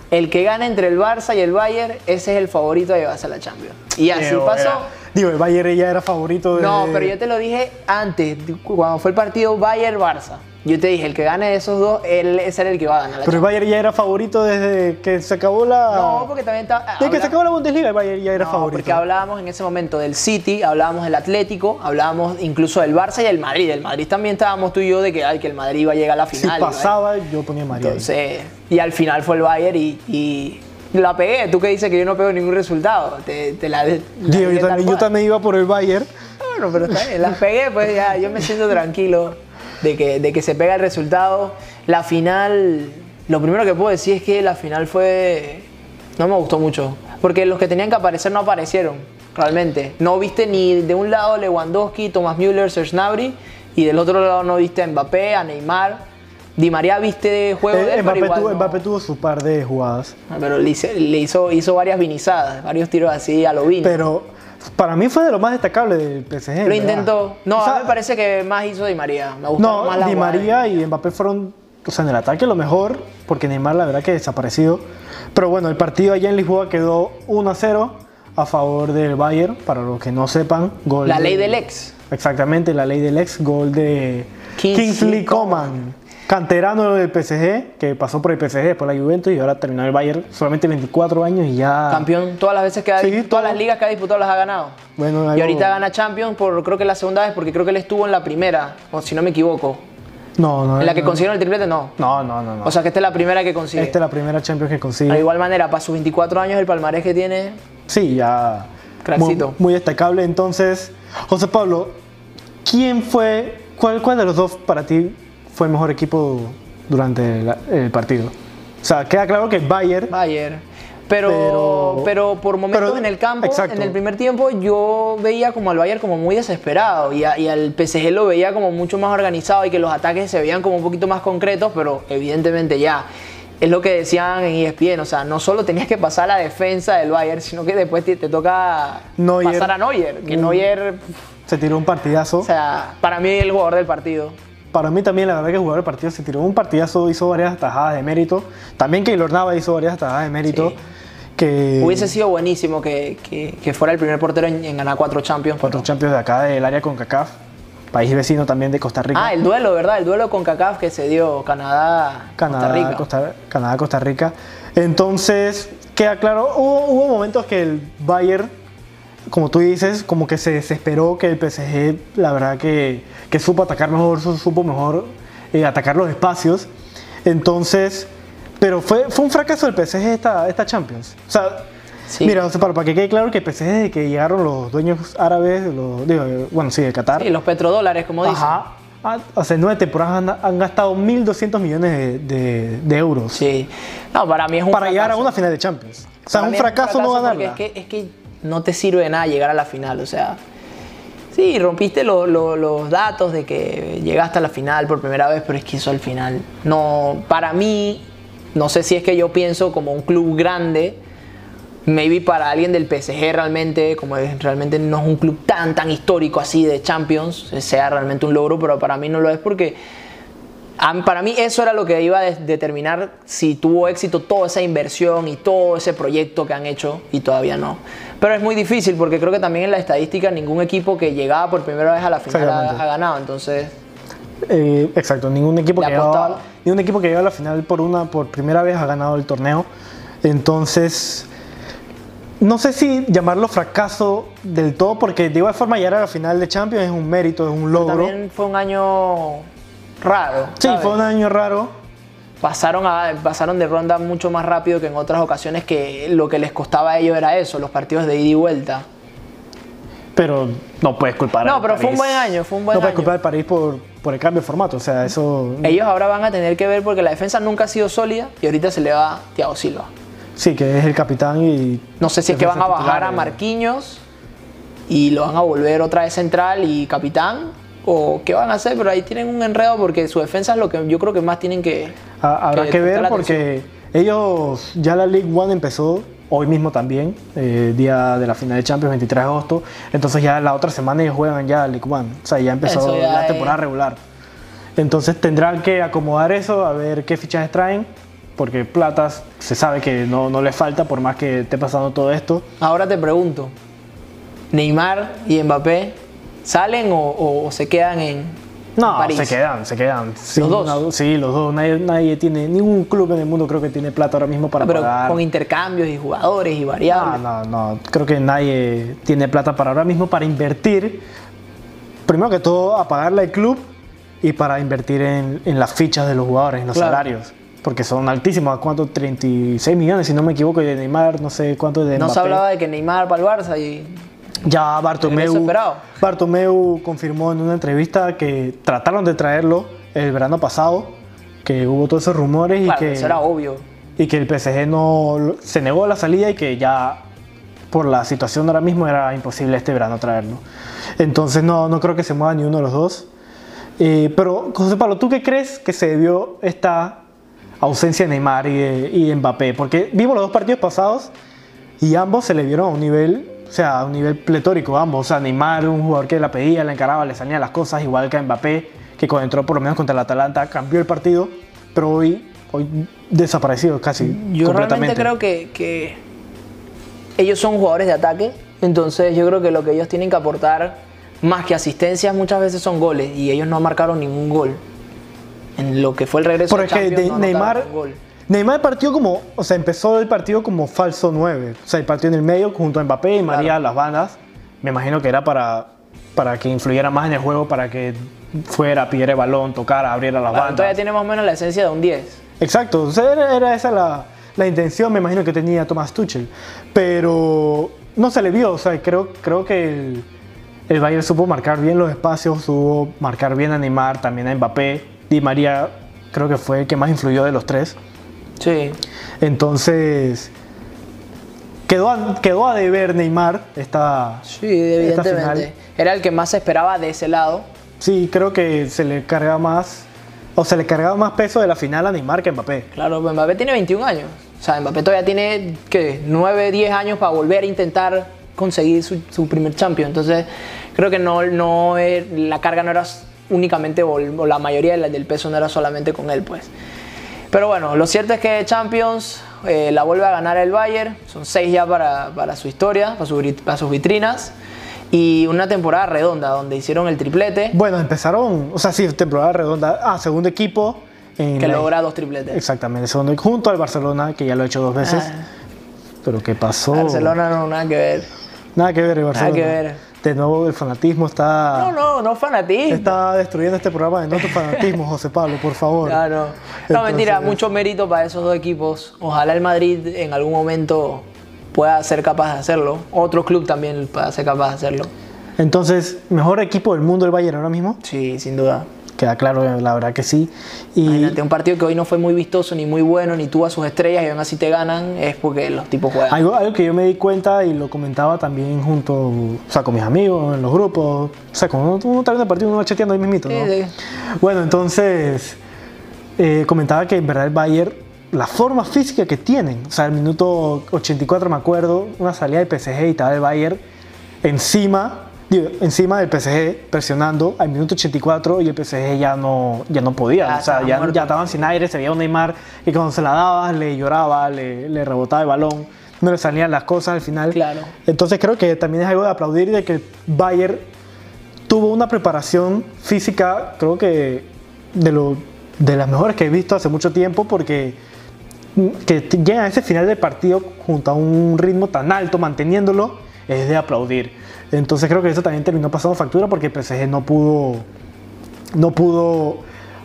[SPEAKER 1] El que gana entre el Barça y el Bayern, ese es el favorito de llevarse a la Champions. Y así
[SPEAKER 2] Digo,
[SPEAKER 1] pasó.
[SPEAKER 2] era- digo, el Bayern ya era favorito de...
[SPEAKER 1] No, pero yo te lo dije antes, cuando fue el partido Bayern-Barça. Yo te dije, el que gane de esos dos, él, ese era el que va a ganar la
[SPEAKER 2] Pero el
[SPEAKER 1] Champions.
[SPEAKER 2] Bayern ya era favorito desde que se acabó la...
[SPEAKER 1] No, porque también está.
[SPEAKER 2] Desde que
[SPEAKER 1] habla-
[SPEAKER 2] se acabó la Bundesliga, el Bayern ya era
[SPEAKER 1] No,
[SPEAKER 2] favorito.
[SPEAKER 1] porque hablábamos en ese momento del City, hablábamos del Atlético, hablábamos incluso del Barça y del Madrid. Del Madrid también estábamos tú y yo de que, ay, que el Madrid iba a llegar a la
[SPEAKER 2] Si
[SPEAKER 1] final. iba a-
[SPEAKER 2] pasaba, yo ponía María. ahí.
[SPEAKER 1] Entonces, y al final fue el Bayern y, y La pegué, tú que dices que yo no pego ningún resultado. Te, te la, la
[SPEAKER 2] Digo,
[SPEAKER 1] dije tal
[SPEAKER 2] yo, también, yo
[SPEAKER 1] cual.
[SPEAKER 2] también iba por el Bayern.
[SPEAKER 1] Bueno, pero está bien, las pegué, pues ya yo me siento tranquilo de que, de que se pega el resultado. La final, lo primero que puedo decir es que la final fue. No me gustó mucho, porque los que tenían que aparecer no aparecieron, realmente. No viste ni de un lado Lewandowski, Thomas Müller, Serge Gnabry, y del otro lado no viste a Mbappé, a Neymar. Di María viste juego de él,
[SPEAKER 2] Eh,
[SPEAKER 1] pero
[SPEAKER 2] Mbappé,
[SPEAKER 1] igual
[SPEAKER 2] tuvo,
[SPEAKER 1] no.
[SPEAKER 2] Mbappé tuvo su par de jugadas.
[SPEAKER 1] Ah, Pero le, hice- le hizo, hizo varias vinizadas, varios tiros así a lo Vini.
[SPEAKER 2] Pero para mí fue de lo más destacable del PSG.
[SPEAKER 1] Lo
[SPEAKER 2] ¿verdad?
[SPEAKER 1] intentó. No,
[SPEAKER 2] O
[SPEAKER 1] a
[SPEAKER 2] sea,
[SPEAKER 1] mí me parece que más hizo Di María. Me gustó
[SPEAKER 2] No,
[SPEAKER 1] más la
[SPEAKER 2] Di
[SPEAKER 1] jugada.
[SPEAKER 2] María y Mbappé fueron, o sea, en el ataque lo mejor, porque Neymar la verdad que desaparecido. Pero bueno, el partido allá en Lisboa quedó 1-0 a favor del Bayern, para los que no sepan, gol
[SPEAKER 1] La
[SPEAKER 2] de-
[SPEAKER 1] ley del ex.
[SPEAKER 2] Exactamente, la ley del ex, gol de
[SPEAKER 1] Kingsley
[SPEAKER 2] Kingsley, Coman. Canterano del PSG, que pasó por el PSG, después la Juventus y ahora terminó el Bayern, solamente 24 años y ya...
[SPEAKER 1] Campeón todas las veces que ha
[SPEAKER 2] Sí,
[SPEAKER 1] todas
[SPEAKER 2] todo.
[SPEAKER 1] las ligas que ha disputado las ha ganado.
[SPEAKER 2] Bueno,
[SPEAKER 1] Y
[SPEAKER 2] algo-
[SPEAKER 1] ahorita gana Champions por creo que la segunda vez porque creo que él estuvo en la primera, o si no me equivoco.
[SPEAKER 2] No, no.
[SPEAKER 1] En la
[SPEAKER 2] no,
[SPEAKER 1] que
[SPEAKER 2] no.
[SPEAKER 1] consiguieron el triplete no.
[SPEAKER 2] No, no, no. no.
[SPEAKER 1] O sea que esta es la primera que consigue.
[SPEAKER 2] Esta es la primera Champions que consigue.
[SPEAKER 1] De igual manera, para sus 24 años el palmarés que tiene
[SPEAKER 2] Sí, ya. Muy,
[SPEAKER 1] Craxito.
[SPEAKER 2] muy destacable. Entonces, José Pablo, ¿quién fue, cuál, cuál de los dos para ti fue el mejor equipo durante la- el partido? O sea, queda claro que Bayern.
[SPEAKER 1] Bayern. Pero,
[SPEAKER 2] Pero-
[SPEAKER 1] pero, por momentos
[SPEAKER 2] pero-
[SPEAKER 1] en el campo,
[SPEAKER 2] exacto.
[SPEAKER 1] en el primer tiempo, yo veía como al Bayern como muy desesperado y, a- y al PSG lo veía como mucho más organizado y que los ataques se veían como un poquito más concretos, pero evidentemente ya. Es lo que decían en E ESPN, o sea, no solo tenías que pasar la defensa del Bayern, sino que después te, te toca
[SPEAKER 2] Neuer.
[SPEAKER 1] pasar a Neuer, que
[SPEAKER 2] Mm.
[SPEAKER 1] Neuer,
[SPEAKER 2] Se tiró un partidazo.
[SPEAKER 1] o sea, para mí es el jugador del partido.
[SPEAKER 2] Para mí también, la verdad que el jugador del partido se tiró un partidazo, hizo varias tajadas de mérito. También Keylor Nava hizo varias tajadas de mérito.
[SPEAKER 1] Sí.
[SPEAKER 2] Que
[SPEAKER 1] Hubiese sido buenísimo que, que- que fuera el primer portero en, en ganar cuatro Champions. pero
[SPEAKER 2] cuatro Champions de acá del área con CACAF, país vecino también de Costa Rica.
[SPEAKER 1] Ah, el duelo, ¿verdad? El duelo con CACAF que se dio Canadá, Costa
[SPEAKER 2] Canadá,
[SPEAKER 1] Rica.
[SPEAKER 2] Costa, Canadá, Costa Rica. Entonces, queda claro, hubo, hubo momentos que el Bayern, como tú dices, como que se desesperó, que el PSG, la verdad que, que supo atacar mejor, su- supo mejor eh, atacar los espacios. Entonces, pero fue, fue un fracaso el PSG esta, esta Champions. O sea,
[SPEAKER 1] Sí.
[SPEAKER 2] mira, o sea, para, para que quede claro que el PSG desde que llegaron los dueños árabes, los, digo, eh, bueno, sí, de Qatar.
[SPEAKER 1] Sí, los petrodólares, como dicen.
[SPEAKER 2] Ajá. Ah, Hace nueve temporadas han, han gastado 1.200 millones de, de- de euros
[SPEAKER 1] Sí. No, para mí es un
[SPEAKER 2] para
[SPEAKER 1] fracaso.
[SPEAKER 2] llegar a una final de Champions. O sea,
[SPEAKER 1] Para
[SPEAKER 2] un
[SPEAKER 1] mí es
[SPEAKER 2] fracaso, no
[SPEAKER 1] porque
[SPEAKER 2] ganarla.
[SPEAKER 1] Es que, es que no te sirve de nada llegar a la final, o sea. Sí, rompiste lo- lo- los datos de que llegaste a la final por primera vez, pero es que eso al final no. Para mí, no sé si es que yo pienso como un club grande, maybe para alguien del PSG realmente, como es- realmente no es un club tan, tan histórico así de Champions, eh, sea realmente un logro, pero para mí no lo es porque a mí- para mí eso era lo que iba a de- determinar si tuvo éxito toda esa inversión y todo ese proyecto que han hecho y todavía no. Pero es muy difícil porque creo que también en la estadística ningún equipo que llegaba por primera vez a la final
[SPEAKER 2] Exactamente.
[SPEAKER 1] ha, ha ganado. Entonces,
[SPEAKER 2] Eh, exacto, ningún equipo,
[SPEAKER 1] Le
[SPEAKER 2] que llegaba,
[SPEAKER 1] apostaba.
[SPEAKER 2] ningún equipo que llegó a la final por una por primera vez ha ganado el torneo. Entonces, no sé si llamarlo fracaso del todo, porque de igual forma llegar a la final de Champions es un mérito, es un logro.
[SPEAKER 1] también fue un año raro.
[SPEAKER 2] sí,
[SPEAKER 1] ¿sabes?
[SPEAKER 2] fue un año raro.
[SPEAKER 1] pasaron, a- pasaron de ronda mucho más rápido que en otras ocasiones que lo que les costaba a ellos era eso, los partidos de ida y vuelta.
[SPEAKER 2] Pero no puedes culpar
[SPEAKER 1] No,
[SPEAKER 2] al
[SPEAKER 1] pero fue un
[SPEAKER 2] París.
[SPEAKER 1] buen año, fue un buen
[SPEAKER 2] No puedes
[SPEAKER 1] año.
[SPEAKER 2] culpar al París por, por el cambio de formato. O sea, eso.
[SPEAKER 1] Ellos ahora van a tener que ver porque la defensa nunca ha sido sólida y ahorita se le va Thiago Silva.
[SPEAKER 2] Sí, que es el capitán y.
[SPEAKER 1] No sé si es que van a bajar a
[SPEAKER 2] marcar
[SPEAKER 1] Marquinhos y lo van a volver otra vez central y capitán. O qué van a hacer, pero ahí tienen un enredo porque su defensa es lo que yo creo que más tienen que.
[SPEAKER 2] habrá que,
[SPEAKER 1] que prestar
[SPEAKER 2] ver
[SPEAKER 1] la
[SPEAKER 2] porque ellos. Ya la League One empezó hoy mismo también, eh, día de la final de Champions, 23 de agosto. Entonces ya la otra semana ellos juegan ya League One. O sea, ya empezó
[SPEAKER 1] Eso ya
[SPEAKER 2] la
[SPEAKER 1] es-
[SPEAKER 2] temporada regular. Entonces tendrán que acomodar eso, a ver qué fichas traen. Porque platas se sabe que no, no les falta, por más que esté pasando todo esto.
[SPEAKER 1] Ahora te pregunto: ¿Neymar y Mbappé salen o, o- o se quedan en en
[SPEAKER 2] No,
[SPEAKER 1] París?
[SPEAKER 2] se quedan, se quedan. Sin
[SPEAKER 1] dos?
[SPEAKER 2] una du- sí, los dos. Nadie, nadie tiene, ningún club en el mundo creo que tiene plata ahora mismo para
[SPEAKER 1] No, pero
[SPEAKER 2] pagar.
[SPEAKER 1] con intercambios y jugadores y
[SPEAKER 2] no,
[SPEAKER 1] variables.
[SPEAKER 2] no, no. Creo que nadie tiene plata para ahora mismo para invertir. Primero que todo, a pagarle al club y para invertir en, en las fichas de los jugadores, en los
[SPEAKER 1] Claro.
[SPEAKER 2] salarios. porque son altísimos. ¿Cuánto? 36 millones, si no me equivoco, y de Neymar, no sé cuánto de
[SPEAKER 1] No se
[SPEAKER 2] Mbappé.
[SPEAKER 1] hablaba de que Neymar para el Barça y
[SPEAKER 2] Ya
[SPEAKER 1] Regreso
[SPEAKER 2] Bartomeu,
[SPEAKER 1] esperado.
[SPEAKER 2] Bartomeu confirmó en una entrevista que trataron de traerlo el verano pasado, que hubo todos esos rumores
[SPEAKER 1] claro,
[SPEAKER 2] y, que,
[SPEAKER 1] eso era obvio.
[SPEAKER 2] y que el PSG no lo- se negó a la salida y que ya por la situación ahora mismo era imposible este verano traerlo. Entonces no, no creo que se mueva ni uno de los dos. Eh, pero José Pablo, ¿tú qué crees que se debió esta ausencia de Neymar y de, y de Mbappé? Porque vimos los dos partidos pasados y ambos se le vieron a un nivel, o sea, a un nivel pletórico, ambos. O sea, Neymar, un jugador que la pedía, la encaraba, le salían las cosas, igual que a Mbappé, que cuando entró por lo menos contra el Atalanta cambió el partido, pero hoy, hoy desaparecido casi
[SPEAKER 1] Yo realmente
[SPEAKER 2] completamente.
[SPEAKER 1] creo que, que ellos son jugadores de ataque, entonces yo creo que lo que ellos tienen que aportar, más que asistencias, muchas veces son goles y ellos no marcaron ningún gol. En lo que fue el regreso
[SPEAKER 2] Pero
[SPEAKER 1] de
[SPEAKER 2] es que
[SPEAKER 1] Champions,
[SPEAKER 2] de-
[SPEAKER 1] no anotaron
[SPEAKER 2] Neymar,
[SPEAKER 1] ningún gol.
[SPEAKER 2] Neymar partió como, o sea, empezó el partido como falso 9. O sea, el partido en el medio junto a Mbappé y María a las bandas. Me imagino que era para, para que influyera más en el juego, para que fuera, pidiera el balón, tocara, abriera las
[SPEAKER 1] Claro,
[SPEAKER 2] bandas.
[SPEAKER 1] todavía tiene más o menos la esencia de un 10.
[SPEAKER 2] Exacto, o sea, era, era esa la, la intención, me imagino que tenía Thomas Tuchel. Pero no se le vio, o sea, creo, creo que el, el Bayern supo marcar bien los espacios, supo marcar bien a Neymar, también a Mbappé. Di María creo que fue el que más influyó de los tres.
[SPEAKER 1] Sí.
[SPEAKER 2] Entonces, quedó a, quedó a deber Neymar esta...
[SPEAKER 1] Sí,
[SPEAKER 2] esta
[SPEAKER 1] evidentemente.
[SPEAKER 2] final.
[SPEAKER 1] Era el que más se esperaba de ese lado.
[SPEAKER 2] Sí, creo que se le cargaba más, o se le cargaba más peso de la final a Neymar que a Mbappé.
[SPEAKER 1] Claro, Mbappé tiene 21 años. O sea, Mbappé todavía tiene, ¿qué? 9, 10 años para volver a intentar conseguir su, su primer champion. Entonces, creo que no, no eh, la carga no era s- únicamente, o o la mayoría de la- del peso no era solamente con él, pues. Pero bueno, lo cierto es que Champions eh, la vuelve a ganar el Bayern. Son seis ya para, para su historia, para, su vit- para sus vitrinas. Y una temporada redonda donde hicieron el triplete,
[SPEAKER 2] Bueno, empezaron, o sea, sí, temporada redonda. Ah, segundo equipo. En
[SPEAKER 1] que
[SPEAKER 2] la-
[SPEAKER 1] logra dos tripletes.
[SPEAKER 2] Exactamente, segundo junto al Barcelona, que ya lo ha hecho dos veces.
[SPEAKER 1] Ah.
[SPEAKER 2] Pero ¿qué pasó?
[SPEAKER 1] Barcelona no, nada que ver.
[SPEAKER 2] Nada que ver, el Barcelona.
[SPEAKER 1] que ver.
[SPEAKER 2] De nuevo, el fanatismo está,
[SPEAKER 1] No, no, no fanatismo.
[SPEAKER 2] está destruyendo este programa de nuestro fanatismo, José Pablo, por favor.
[SPEAKER 1] Ah, no. No,
[SPEAKER 2] Entonces-
[SPEAKER 1] mentira, mucho mérito para esos dos equipos. Ojalá el Madrid en algún momento pueda ser capaz de hacerlo. Otro club también pueda ser capaz de hacerlo.
[SPEAKER 2] Entonces, mejor equipo del mundo el Bayern ahora mismo.
[SPEAKER 1] Sí, sin duda.
[SPEAKER 2] Queda claro, la verdad que sí. Y
[SPEAKER 1] Imagínate, un partido que hoy no fue muy vistoso, ni muy bueno, ni tú a sus estrellas y aún así te ganan, es porque los tipos juegan.
[SPEAKER 2] Algo, algo que yo me di cuenta y lo comentaba también junto, o sea, con mis amigos, en los grupos, o sea, como uno, uno está viendo el partido, uno va chateando ahí mismito, ¿no?
[SPEAKER 1] Sí, sí.
[SPEAKER 2] Bueno, entonces, eh, comentaba que en verdad el Bayern, la forma física que tienen, o sea, el minuto 84 me acuerdo, una salida del PSG y estaba el Bayern encima, digo, encima del PSG, presionando al minuto 84 y el PSG ya no, ya no
[SPEAKER 1] Ya
[SPEAKER 2] podía, o sea,
[SPEAKER 1] estaba
[SPEAKER 2] ya,
[SPEAKER 1] muerto.
[SPEAKER 2] ya estaban sin aire, se veía un Neymar que cuando se la daba le lloraba, le, le rebotaba el balón, no le salían las cosas al final.
[SPEAKER 1] Claro.
[SPEAKER 2] Entonces creo que también es algo de aplaudir de que el Bayern tuvo una preparación física, creo que de, lo, de las mejores que he visto hace mucho tiempo, porque mm, que t- llegan a ese final del partido junto a un ritmo tan alto, manteniéndolo, es de aplaudir. Entonces creo que eso también terminó pasando factura porque el PSG no pudo, no pudo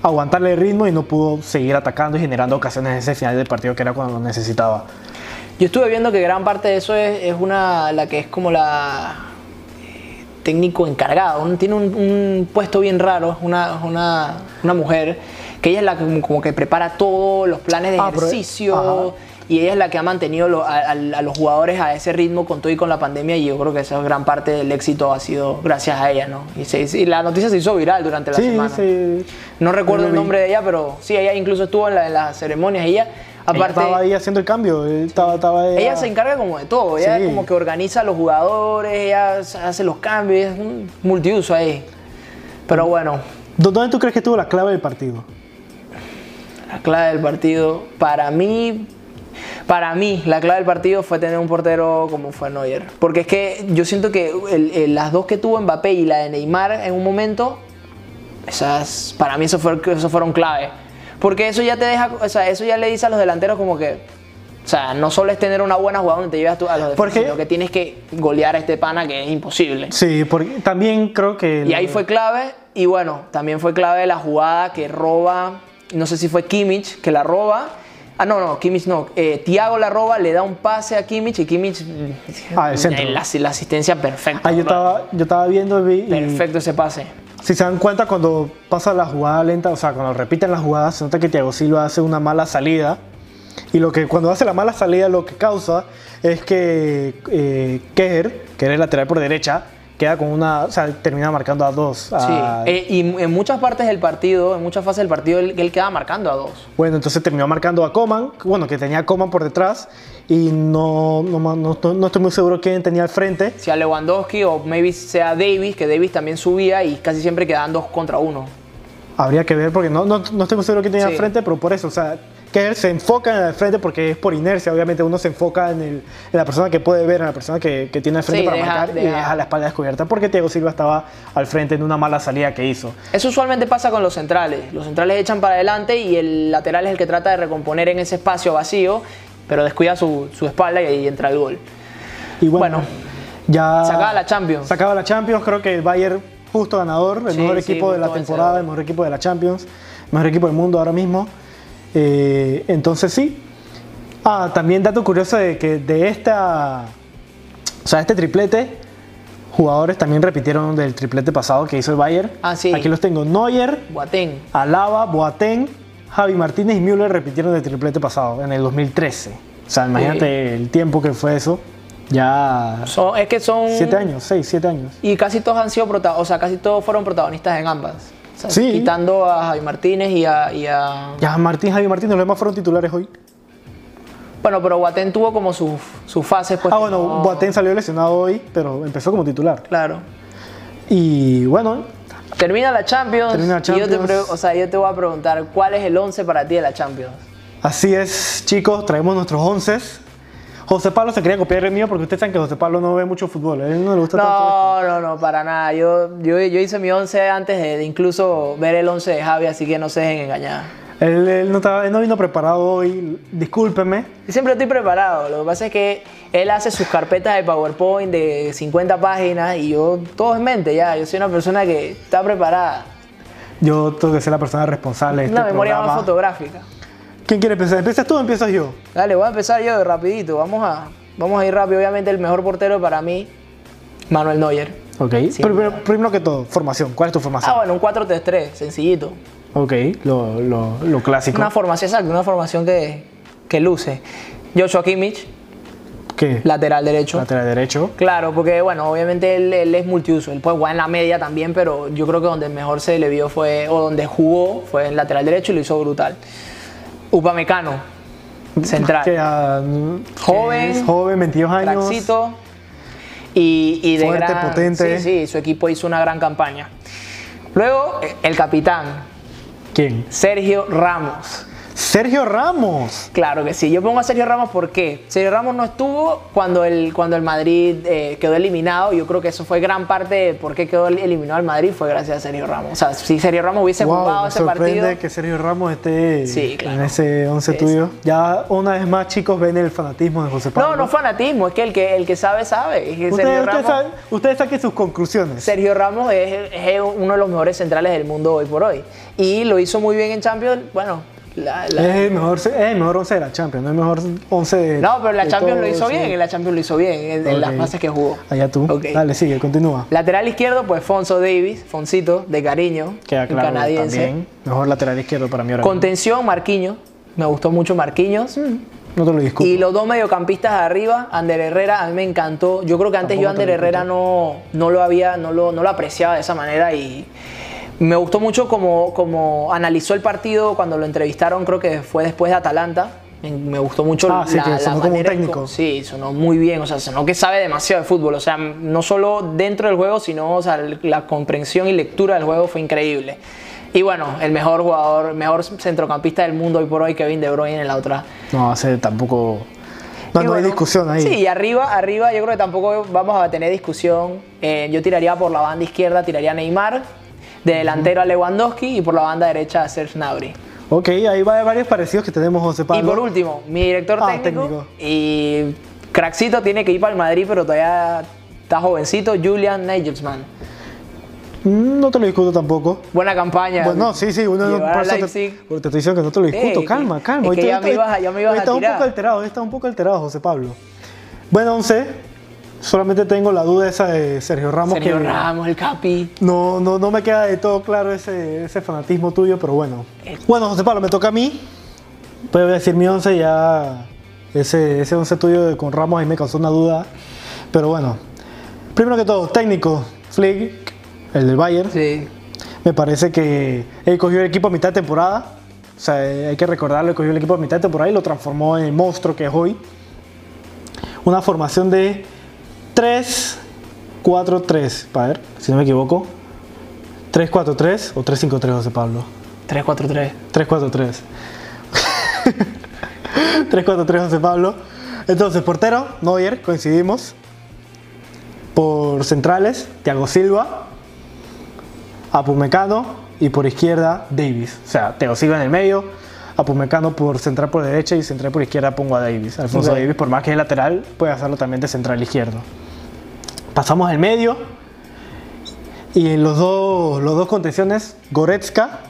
[SPEAKER 2] aguantarle el ritmo y no pudo seguir atacando y generando ocasiones en ese final del partido que era cuando lo necesitaba.
[SPEAKER 1] Yo estuve viendo que gran parte de eso es, es una, la que es como la eh, técnico encargada, un- tiene un, un puesto bien raro, es una, una, una mujer, que ella es la que como, como que prepara todos los planes de
[SPEAKER 2] Ah, pero-
[SPEAKER 1] ejercicio
[SPEAKER 2] ajá.
[SPEAKER 1] y ella es la que ha mantenido lo- a, a- a los jugadores a ese ritmo con todo y con la pandemia y yo creo que esa gran parte del éxito ha sido gracias a ella, ¿no? Y, se- y la noticia se hizo viral durante la
[SPEAKER 2] Sí,
[SPEAKER 1] semana.
[SPEAKER 2] sí.
[SPEAKER 1] No recuerdo
[SPEAKER 2] Yo lo
[SPEAKER 1] el
[SPEAKER 2] vi.
[SPEAKER 1] nombre de ella, pero sí, ella incluso estuvo en, la- en las ceremonias, ella
[SPEAKER 2] Ella
[SPEAKER 1] aparte...
[SPEAKER 2] estaba ahí haciendo el cambio. él Estaba, estaba
[SPEAKER 1] Ella se encarga como de todo, ella
[SPEAKER 2] Sí.
[SPEAKER 1] como que organiza a los jugadores, ella hace los cambios, es un multiuso ahí. Pero bueno,
[SPEAKER 2] ¿Dó- ¿Dónde tú crees que estuvo la clave del partido?
[SPEAKER 1] la clave del partido, para mí, para mí, la clave del partido fue tener un portero como fue Neuer. Porque es que yo siento que el- el- las dos que tuvo Mbappé y la de Neymar en un momento, esas, para mí eso, fue, eso fueron clave. Porque eso ya te deja, o sea, eso ya le dice a los delanteros como que, o sea, no solo es tener una buena jugada donde te llevas tú a los defensas,
[SPEAKER 2] Porque-
[SPEAKER 1] sino que tienes que golear a este pana que es imposible.
[SPEAKER 2] Sí, porque también creo que.
[SPEAKER 1] Y ahí fue clave, y bueno, también fue clave la jugada que roba no sé si fue Kimmich que la roba. Ah, no, no, Kimmich no. Eh, Thiago la roba, le da un pase a Kimmich y Kimmich. mm,
[SPEAKER 2] Ah, el centro.
[SPEAKER 1] La, la asistencia perfecta.
[SPEAKER 2] Ah, yo
[SPEAKER 1] bro.
[SPEAKER 2] estaba, yo estaba viendo vi, y
[SPEAKER 1] Perfecto ese pase.
[SPEAKER 2] si se dan cuenta cuando pasa la jugada lenta, o sea, cuando repiten las jugadas, se nota que Thiago Silva hace una mala salida. Y lo que cuando hace la mala salida lo que causa es que eh, Keher, que era el lateral por derecha, queda con una, o sea, termina marcando a dos.
[SPEAKER 1] Sí.
[SPEAKER 2] a-
[SPEAKER 1] Eh, y en muchas partes del partido, en muchas fases del partido, él, él queda marcando a dos.
[SPEAKER 2] Bueno, entonces terminó marcando a Coman, bueno, que tenía a Coman por detrás y no, no, ma- no- no- no estoy muy seguro quién tenía al frente.
[SPEAKER 1] Si a Lewandowski o maybe sea Davis, que Davis también subía y casi siempre quedaban dos contra uno.
[SPEAKER 2] Habría que ver porque no, no, no estoy muy seguro quién tenía
[SPEAKER 1] Sí.
[SPEAKER 2] al frente, pero por eso, o sea, que él se enfoca en el frente porque es por inercia, obviamente uno se enfoca en, el, en la persona que puede ver, en la persona que, que tiene al frente
[SPEAKER 1] Sí,
[SPEAKER 2] para
[SPEAKER 1] deja-
[SPEAKER 2] marcar y
[SPEAKER 1] deja-
[SPEAKER 2] deja la espalda descubierta porque Thiago Silva estaba al frente en una mala salida que hizo.
[SPEAKER 1] Eso usualmente pasa con los centrales. Los centrales echan para adelante y el lateral es el que trata de recomponer en ese espacio vacío, pero descuida su, su espalda y ahí entra el gol.
[SPEAKER 2] Y bueno,
[SPEAKER 1] Bueno,
[SPEAKER 2] ya
[SPEAKER 1] se acaba la Champions.
[SPEAKER 2] Se acaba la Champions, creo que el Bayern justo ganador, el
[SPEAKER 1] Sí,
[SPEAKER 2] mejor
[SPEAKER 1] sí,
[SPEAKER 2] equipo de la
[SPEAKER 1] justo
[SPEAKER 2] temporada,
[SPEAKER 1] vencedor.
[SPEAKER 2] el mejor equipo de la Champions, el mejor equipo del mundo ahora mismo. Eh, entonces sí. Ah, también dato curioso de que de esta, o sea, este triplete, jugadores también repitieron del triplete pasado que hizo el Bayern.
[SPEAKER 1] Ah, sí.
[SPEAKER 2] Aquí los tengo, Neuer,
[SPEAKER 1] Boateng.
[SPEAKER 2] Alaba, Boateng, Javi Martínez y Müller repitieron el triplete pasado en el 2013. O sea, imagínate el tiempo que fue eso. Ya
[SPEAKER 1] Son- es que son...
[SPEAKER 2] siete años, seis, siete años.
[SPEAKER 1] Y casi todos han sido protagonistas, o sea, casi todos fueron protagonistas en ambas. O sea,
[SPEAKER 2] Sí.
[SPEAKER 1] Quitando a Javi Martínez y a, y a-
[SPEAKER 2] Ya Martín, Javi Martínez, los demás fueron titulares hoy.
[SPEAKER 1] Bueno, pero Boateng tuvo como sus sus fases. Pues,
[SPEAKER 2] Ah,
[SPEAKER 1] que
[SPEAKER 2] bueno,
[SPEAKER 1] no-
[SPEAKER 2] Boateng salió lesionado hoy, pero empezó como titular.
[SPEAKER 1] Claro.
[SPEAKER 2] Y bueno,
[SPEAKER 1] Termina la Champions.
[SPEAKER 2] Termina la
[SPEAKER 1] Y yo te,
[SPEAKER 2] Champions.
[SPEAKER 1] pre- o sea, yo te voy a preguntar, ¿cuál es el 11 para ti de la Champions?
[SPEAKER 2] así es, chicos, traemos nuestros onces. José Pablo se quería copiar el mío porque ustedes saben que José Pablo no ve mucho fútbol, a él no le gusta tanto.
[SPEAKER 1] No, no, no, para nada. Yo, yo, yo hice mi 11 antes de, de incluso ver el 11 de Javi, así que no se dejen engañar.
[SPEAKER 2] Él, él no estaba- él no vino preparado hoy, discúlpeme.
[SPEAKER 1] Yo siempre estoy preparado. Lo que pasa es que él hace sus carpetas de PowerPoint de 50 páginas y yo todo es mente ya. Yo soy una persona que está preparada.
[SPEAKER 2] Yo tengo que ser la persona responsable de este
[SPEAKER 1] Una memoria más
[SPEAKER 2] programa.
[SPEAKER 1] fotográfica.
[SPEAKER 2] ¿Quién quiere empezar? ¿Empiezas tú o empiezas yo?
[SPEAKER 1] Dale, voy a empezar yo de rapidito. Vamos a, vamos a ir rápido. Obviamente el mejor portero para mí, Manuel Neuer.
[SPEAKER 2] Ok. primero, primero que todo, formación. ¿Cuál es tu formación?
[SPEAKER 1] Ah, bueno, un 4-3-3, sencillito.
[SPEAKER 2] Ok, lo, lo- lo clásico.
[SPEAKER 1] Una formación, exacto, una formación que, que luce. Joshua Kimmich,
[SPEAKER 2] ¿Qué?
[SPEAKER 1] lateral derecho.
[SPEAKER 2] Lateral derecho.
[SPEAKER 1] Claro, porque bueno, obviamente él, él es multiuso, él puede jugar en la media también, pero yo creo que donde mejor se le vio fue, o donde jugó, fue en lateral derecho y lo hizo brutal. Upamecano, central.
[SPEAKER 2] Que, ah, mm,
[SPEAKER 1] Joven,
[SPEAKER 2] es joven, 22 años.
[SPEAKER 1] Traxito. Y, y de
[SPEAKER 2] Fuerte,
[SPEAKER 1] gran-
[SPEAKER 2] potente.
[SPEAKER 1] Sí, sí, su equipo hizo una gran campaña. Luego, eh, el capitán,
[SPEAKER 2] ¿Quién?
[SPEAKER 1] Sergio Ramos.
[SPEAKER 2] Sergio Ramos.
[SPEAKER 1] Claro que sí. Yo pongo a Sergio Ramos ¿por qué? Sergio Ramos no estuvo cuando el, cuando el Madrid eh, quedó eliminado. Yo creo que eso fue gran parte de por qué quedó eliminado el Madrid fue gracias a Sergio Ramos. O sea, si Sergio Ramos hubiese jugado
[SPEAKER 2] wow, me
[SPEAKER 1] ese
[SPEAKER 2] sorprende
[SPEAKER 1] partido.
[SPEAKER 2] que Sergio Ramos esté
[SPEAKER 1] Sí, claro.
[SPEAKER 2] en ese 11
[SPEAKER 1] Sí,
[SPEAKER 2] tuyo. Ya una vez más, chicos, ven el fanatismo de José Pablo.
[SPEAKER 1] No, no fanatismo, es que el que, el que sabe, sabe. Es que
[SPEAKER 2] Ustedes,
[SPEAKER 1] Sergio,
[SPEAKER 2] ustedes
[SPEAKER 1] Ramos,
[SPEAKER 2] saben- ustedes saquen sus conclusiones.
[SPEAKER 1] Sergio Ramos es, es uno de los mejores centrales del mundo hoy por hoy. Y lo hizo muy bien en Champions. Bueno, la- la-
[SPEAKER 2] es el mejor, es el mejor 11 de la Champions, no el mejor 11 de
[SPEAKER 1] no, pero en la
[SPEAKER 2] de
[SPEAKER 1] Champions lo
[SPEAKER 2] todo,
[SPEAKER 1] hizo
[SPEAKER 2] sí.
[SPEAKER 1] bien. En la Champions lo hizo bien, en, en las
[SPEAKER 2] Ok.
[SPEAKER 1] fases que jugó.
[SPEAKER 2] Allá tú.
[SPEAKER 1] Ok.
[SPEAKER 2] Dale, sigue, continúa.
[SPEAKER 1] Lateral izquierdo, pues Fonso Davis, Foncito, de cariño,
[SPEAKER 2] Queda
[SPEAKER 1] un
[SPEAKER 2] claro
[SPEAKER 1] canadiense.
[SPEAKER 2] también. Mejor lateral izquierdo para mí ahora. mismo.
[SPEAKER 1] Contención, Marquinhos, me gustó mucho Marquinhos.
[SPEAKER 2] No te lo discuto.
[SPEAKER 1] Y los dos mediocampistas de arriba, Ander Herrera, a mí me encantó. Yo creo que antes
[SPEAKER 2] Tampoco
[SPEAKER 1] yo Ander
[SPEAKER 2] te lo
[SPEAKER 1] Herrera no, no lo había, no lo, no lo apreciaba de esa manera y me gustó mucho como, como analizó el partido cuando lo entrevistaron, creo que fue después de Atalanta. Me- Me gustó mucho
[SPEAKER 2] Ah, sí, que sonó como un
[SPEAKER 1] manera en
[SPEAKER 2] técnico.
[SPEAKER 1] cómo- Sí, sonó muy bien, o sea, sonó que sabe demasiado de fútbol, o sea, no solo dentro del juego, sino o sea, la comprensión y lectura del juego fue increíble. Y bueno, el mejor jugador, mejor centrocampista del mundo hoy por hoy, Kevin De Bruyne en la otra.
[SPEAKER 2] No, hace tampoco. No,
[SPEAKER 1] Y
[SPEAKER 2] no hay
[SPEAKER 1] bueno,
[SPEAKER 2] discusión ahí.
[SPEAKER 1] Sí, y arriba, arriba yo creo que tampoco vamos a tener discusión. Eh, yo tiraría por la banda izquierda, tiraría a Neymar, de delantero a Lewandowski y por la banda derecha a Serge Gnabry.
[SPEAKER 2] Ok, ahí va de varios parecidos que tenemos, José
[SPEAKER 1] Y
[SPEAKER 2] Pablo.
[SPEAKER 1] por último, mi director
[SPEAKER 2] Ah, técnico.
[SPEAKER 1] técnico, y Craxito tiene que ir para el Madrid, pero todavía está jovencito, Julian Nagelsmann.
[SPEAKER 2] Mm, No te lo discuto tampoco.
[SPEAKER 1] Buena campaña.
[SPEAKER 2] Bueno, sí, sí, uno no,
[SPEAKER 1] Llevar
[SPEAKER 2] por
[SPEAKER 1] a
[SPEAKER 2] eso te,
[SPEAKER 1] Leipzig.
[SPEAKER 2] por eso te estoy diciendo que no te lo discuto.
[SPEAKER 1] Ey,
[SPEAKER 2] calma,
[SPEAKER 1] es
[SPEAKER 2] calma.
[SPEAKER 1] que
[SPEAKER 2] Ahorita-
[SPEAKER 1] ya me
[SPEAKER 2] ahorita-
[SPEAKER 1] ibas a- ya me ibas a
[SPEAKER 2] ahorita un
[SPEAKER 1] tirar.
[SPEAKER 2] poco alterado, está un poco alterado, José Pablo. Bueno, 11. Solamente tengo la duda esa de Sergio Ramos.
[SPEAKER 1] Sergio
[SPEAKER 2] que
[SPEAKER 1] Ramos, el Capi.
[SPEAKER 2] No, no, no me queda de todo claro ese, ese fanatismo tuyo, pero bueno. Bueno, José Pablo, me toca a mí. Pero voy a decir mi 11 ya. Ese, ese 11 tuyo de- con Ramos ahí me causó una duda. Pero bueno. Primero que todo, técnico, Flick, el del Bayern.
[SPEAKER 1] Sí.
[SPEAKER 2] Me parece que él cogió el equipo a mitad de temporada. O sea, eh, hay que recordarlo, él cogió el equipo a mitad de temporada y lo transformó en el monstruo que es hoy. Una formación de 3-4-3, para ver, si no me equivoco. 3-4-3 o 3-5-3, José Pablo.
[SPEAKER 1] 3-4-3.
[SPEAKER 2] 3-4-3. 3-4-3, José Pablo. Entonces, portero, Neuer, coincidimos. Por centrales, Thiago Silva, Apumecano y por izquierda, Davis. O sea, Thiago Silva en el medio, Apumecano por central por derecha y central por izquierda pongo a Davis. Alfonso
[SPEAKER 1] Ok.
[SPEAKER 2] Davis, por más que es lateral, puede hacerlo también de central izquierdo. Pasamos al medio, y en los dos, los dos contenciones, Goretzka,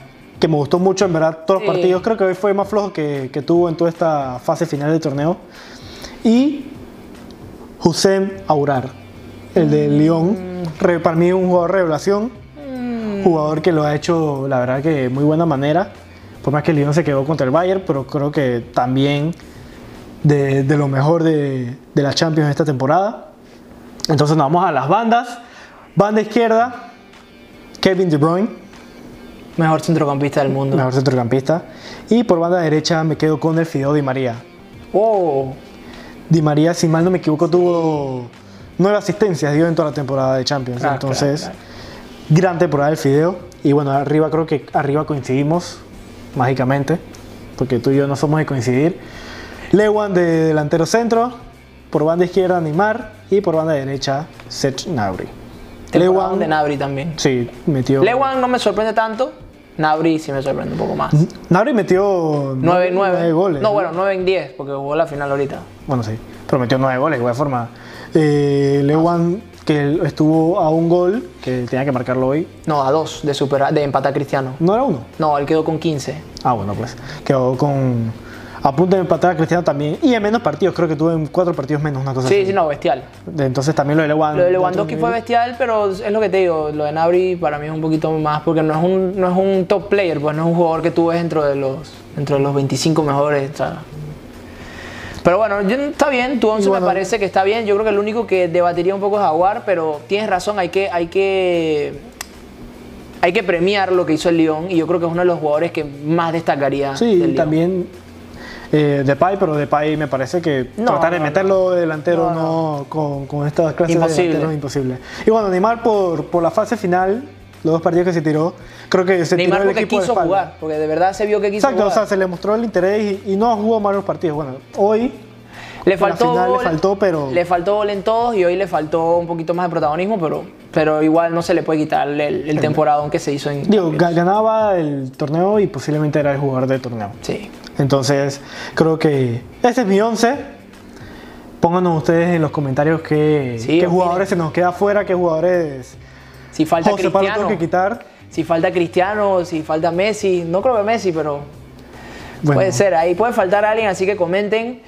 [SPEAKER 2] que me gustó mucho en verdad todos los
[SPEAKER 1] Sí.
[SPEAKER 2] partidos, creo que hoy fue más flojo que, que tuvo en toda esta fase final del torneo. Y Hussein Aurar, el de Lyon, Re- para mí un jugador revelación, jugador que lo ha hecho la verdad que de muy buena manera, por más que Lyon se quedó contra el Bayern, pero creo que también de, de lo mejor de, de la Champions esta temporada. Entonces nos vamos a las bandas. Banda izquierda, Kevin De Bruyne,
[SPEAKER 1] Mejor centrocampista del mundo.
[SPEAKER 2] mejor centrocampista. Y por banda derecha me quedo con el Fideo Di María.
[SPEAKER 1] Oh,
[SPEAKER 2] Di María, si mal no me equivoco, tuvo nueve asistencias, dio en toda la temporada de Champions.
[SPEAKER 1] Ah,
[SPEAKER 2] Entonces,
[SPEAKER 1] claro,
[SPEAKER 2] gran temporada del Fideo. Y bueno, arriba creo que arriba coincidimos, mágicamente, porque tú y yo no somos de coincidir. Lewan de delantero centro, por banda izquierda Neymar y por banda derecha Seth Nabri.
[SPEAKER 1] Lewan de Nabri también.
[SPEAKER 2] Sí, metió.
[SPEAKER 1] Lewan no me sorprende tanto. Nabri sí me sorprende un poco más.
[SPEAKER 2] Nabri metió
[SPEAKER 1] 9 en
[SPEAKER 2] nueve
[SPEAKER 1] 9.
[SPEAKER 2] goles.
[SPEAKER 1] No, bueno, 9 en 10, porque jugó la final ahorita.
[SPEAKER 2] Bueno, sí, pero metió 9 goles, de igual forma. Eh, Lewan, que estuvo a un gol, que tenía que marcarlo hoy,
[SPEAKER 1] No, a 2 de, superar, de empatar Cristiano.
[SPEAKER 2] no era uno.
[SPEAKER 1] No, él quedó con 15.
[SPEAKER 2] Ah, bueno, pues quedó con. A punto de empatar a Cristiano también. Y en menos partidos, creo que tuvo en 4 partidos menos, una cosa
[SPEAKER 1] Ah, Sí,
[SPEAKER 2] así.
[SPEAKER 1] sí, no, bestial.
[SPEAKER 2] Entonces también lo de Lewan.
[SPEAKER 1] Lo de Lewandowski fue bestial, pero es lo que te digo, lo de Nabri para mí es un poquito más, porque no es un, no es un top player, pues no es un jugador que tú ves dentro de los, dentro de los 25 mejores. o sea. Pero bueno, yo- está bien, tu 11
[SPEAKER 2] bueno.
[SPEAKER 1] me parece que está bien, yo creo que el único que debatiría un poco es Aguar, pero tienes razón, hay que... Hay que hay que premiar lo que hizo el Lyon y yo creo que es uno de los jugadores que más destacaría. del
[SPEAKER 2] Sí,
[SPEAKER 1] Lyon.
[SPEAKER 2] también. Eh, Depay, pero Depay me parece que
[SPEAKER 1] No,
[SPEAKER 2] tratar de
[SPEAKER 1] no,
[SPEAKER 2] meterlo de delantero
[SPEAKER 1] No,
[SPEAKER 2] no, Con, con estas clases
[SPEAKER 1] Imposible.
[SPEAKER 2] de delanteros es imposible. Y bueno, Neymar por, por la fase final, los dos partidos que se tiró, creo que se
[SPEAKER 1] Neymar
[SPEAKER 2] tiró el
[SPEAKER 1] porque
[SPEAKER 2] equipo de
[SPEAKER 1] quiso
[SPEAKER 2] espalda.
[SPEAKER 1] jugar, porque de verdad se vio que quiso
[SPEAKER 2] Exacto, o
[SPEAKER 1] jugar.
[SPEAKER 2] sea, se le mostró el interés y, y no jugó malos partidos. Bueno, hoy
[SPEAKER 1] Le
[SPEAKER 2] En la
[SPEAKER 1] faltó,
[SPEAKER 2] final le
[SPEAKER 1] gol,
[SPEAKER 2] faltó, pero-
[SPEAKER 1] le faltó gol en todos y hoy le faltó un poquito más de protagonismo, pero, pero igual no se le puede quitar el, el temporadón que se hizo en.
[SPEAKER 2] digo, ga- ganaba el torneo y posiblemente era el jugador del torneo.
[SPEAKER 1] Sí.
[SPEAKER 2] Entonces, creo que ese es mi 11. Pónganos ustedes en los comentarios qué,
[SPEAKER 1] Sí,
[SPEAKER 2] qué
[SPEAKER 1] opinen.
[SPEAKER 2] jugadores se nos queda afuera, qué jugadores
[SPEAKER 1] Si falta
[SPEAKER 2] José Pablo
[SPEAKER 1] Cristiano,
[SPEAKER 2] tengo que quitar.
[SPEAKER 1] si falta Cristiano, si falta Messi, no creo que Messi, pero
[SPEAKER 2] Bueno,
[SPEAKER 1] puede ser. Ahí puede faltar alguien, así que comenten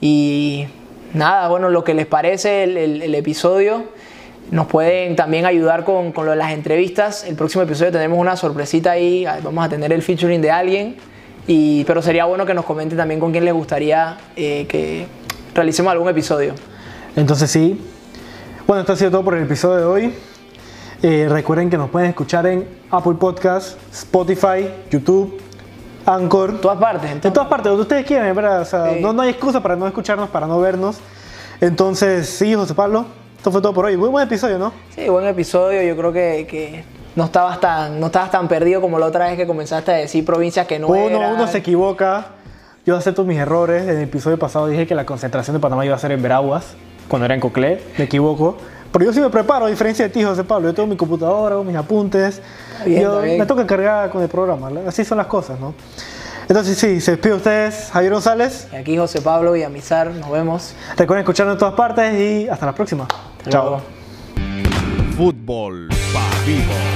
[SPEAKER 1] y nada, bueno, lo que les parece el, el- el episodio. Nos pueden también ayudar con, con lo de las entrevistas. El próximo episodio tenemos una sorpresita ahí. Vamos a tener el featuring de alguien. Y, pero sería bueno que nos comenten también con quién les gustaría eh, que realicemos algún episodio.
[SPEAKER 2] Entonces sí. Bueno, esto ha sido todo por el episodio de hoy. Eh, recuerden que nos pueden escuchar en Apple Podcast, Spotify, YouTube, Anchor.
[SPEAKER 1] En todas partes.
[SPEAKER 2] En
[SPEAKER 1] entonces.
[SPEAKER 2] todas partes, donde ustedes quieran, en ¿verdad? O sea,
[SPEAKER 1] Sí.
[SPEAKER 2] no, no hay excusa para no escucharnos, para no vernos. Entonces, sí, José Pablo, esto fue todo por hoy. Muy buen episodio, ¿no?
[SPEAKER 1] Sí, buen episodio. Yo creo que, que no, estabas tan, no estabas tan perdido como la otra vez que comenzaste a decir provincias que no
[SPEAKER 2] Uno,
[SPEAKER 1] eran.
[SPEAKER 2] uno se equivoca. Yo acepto mis errores. En el episodio pasado dije que la concentración de Panamá iba a ser en Veraguas, cuando era en Coclé. Me equivoco. Pero yo sí me preparo, a diferencia de ti, José Pablo. Yo tengo mi computadora, hago mis apuntes.
[SPEAKER 1] bien,
[SPEAKER 2] yo
[SPEAKER 1] está bien.
[SPEAKER 2] me toca cargar con el programa. Así son las cosas, ¿no? Entonces, sí, se despide ustedes, Javier González.
[SPEAKER 1] Y aquí José Pablo y Amizar, nos vemos.
[SPEAKER 2] Recuerden escucharnos en todas partes y hasta la próxima.
[SPEAKER 1] Hasta
[SPEAKER 2] Chao.
[SPEAKER 1] luego.
[SPEAKER 3] Fútbol pa' vivo.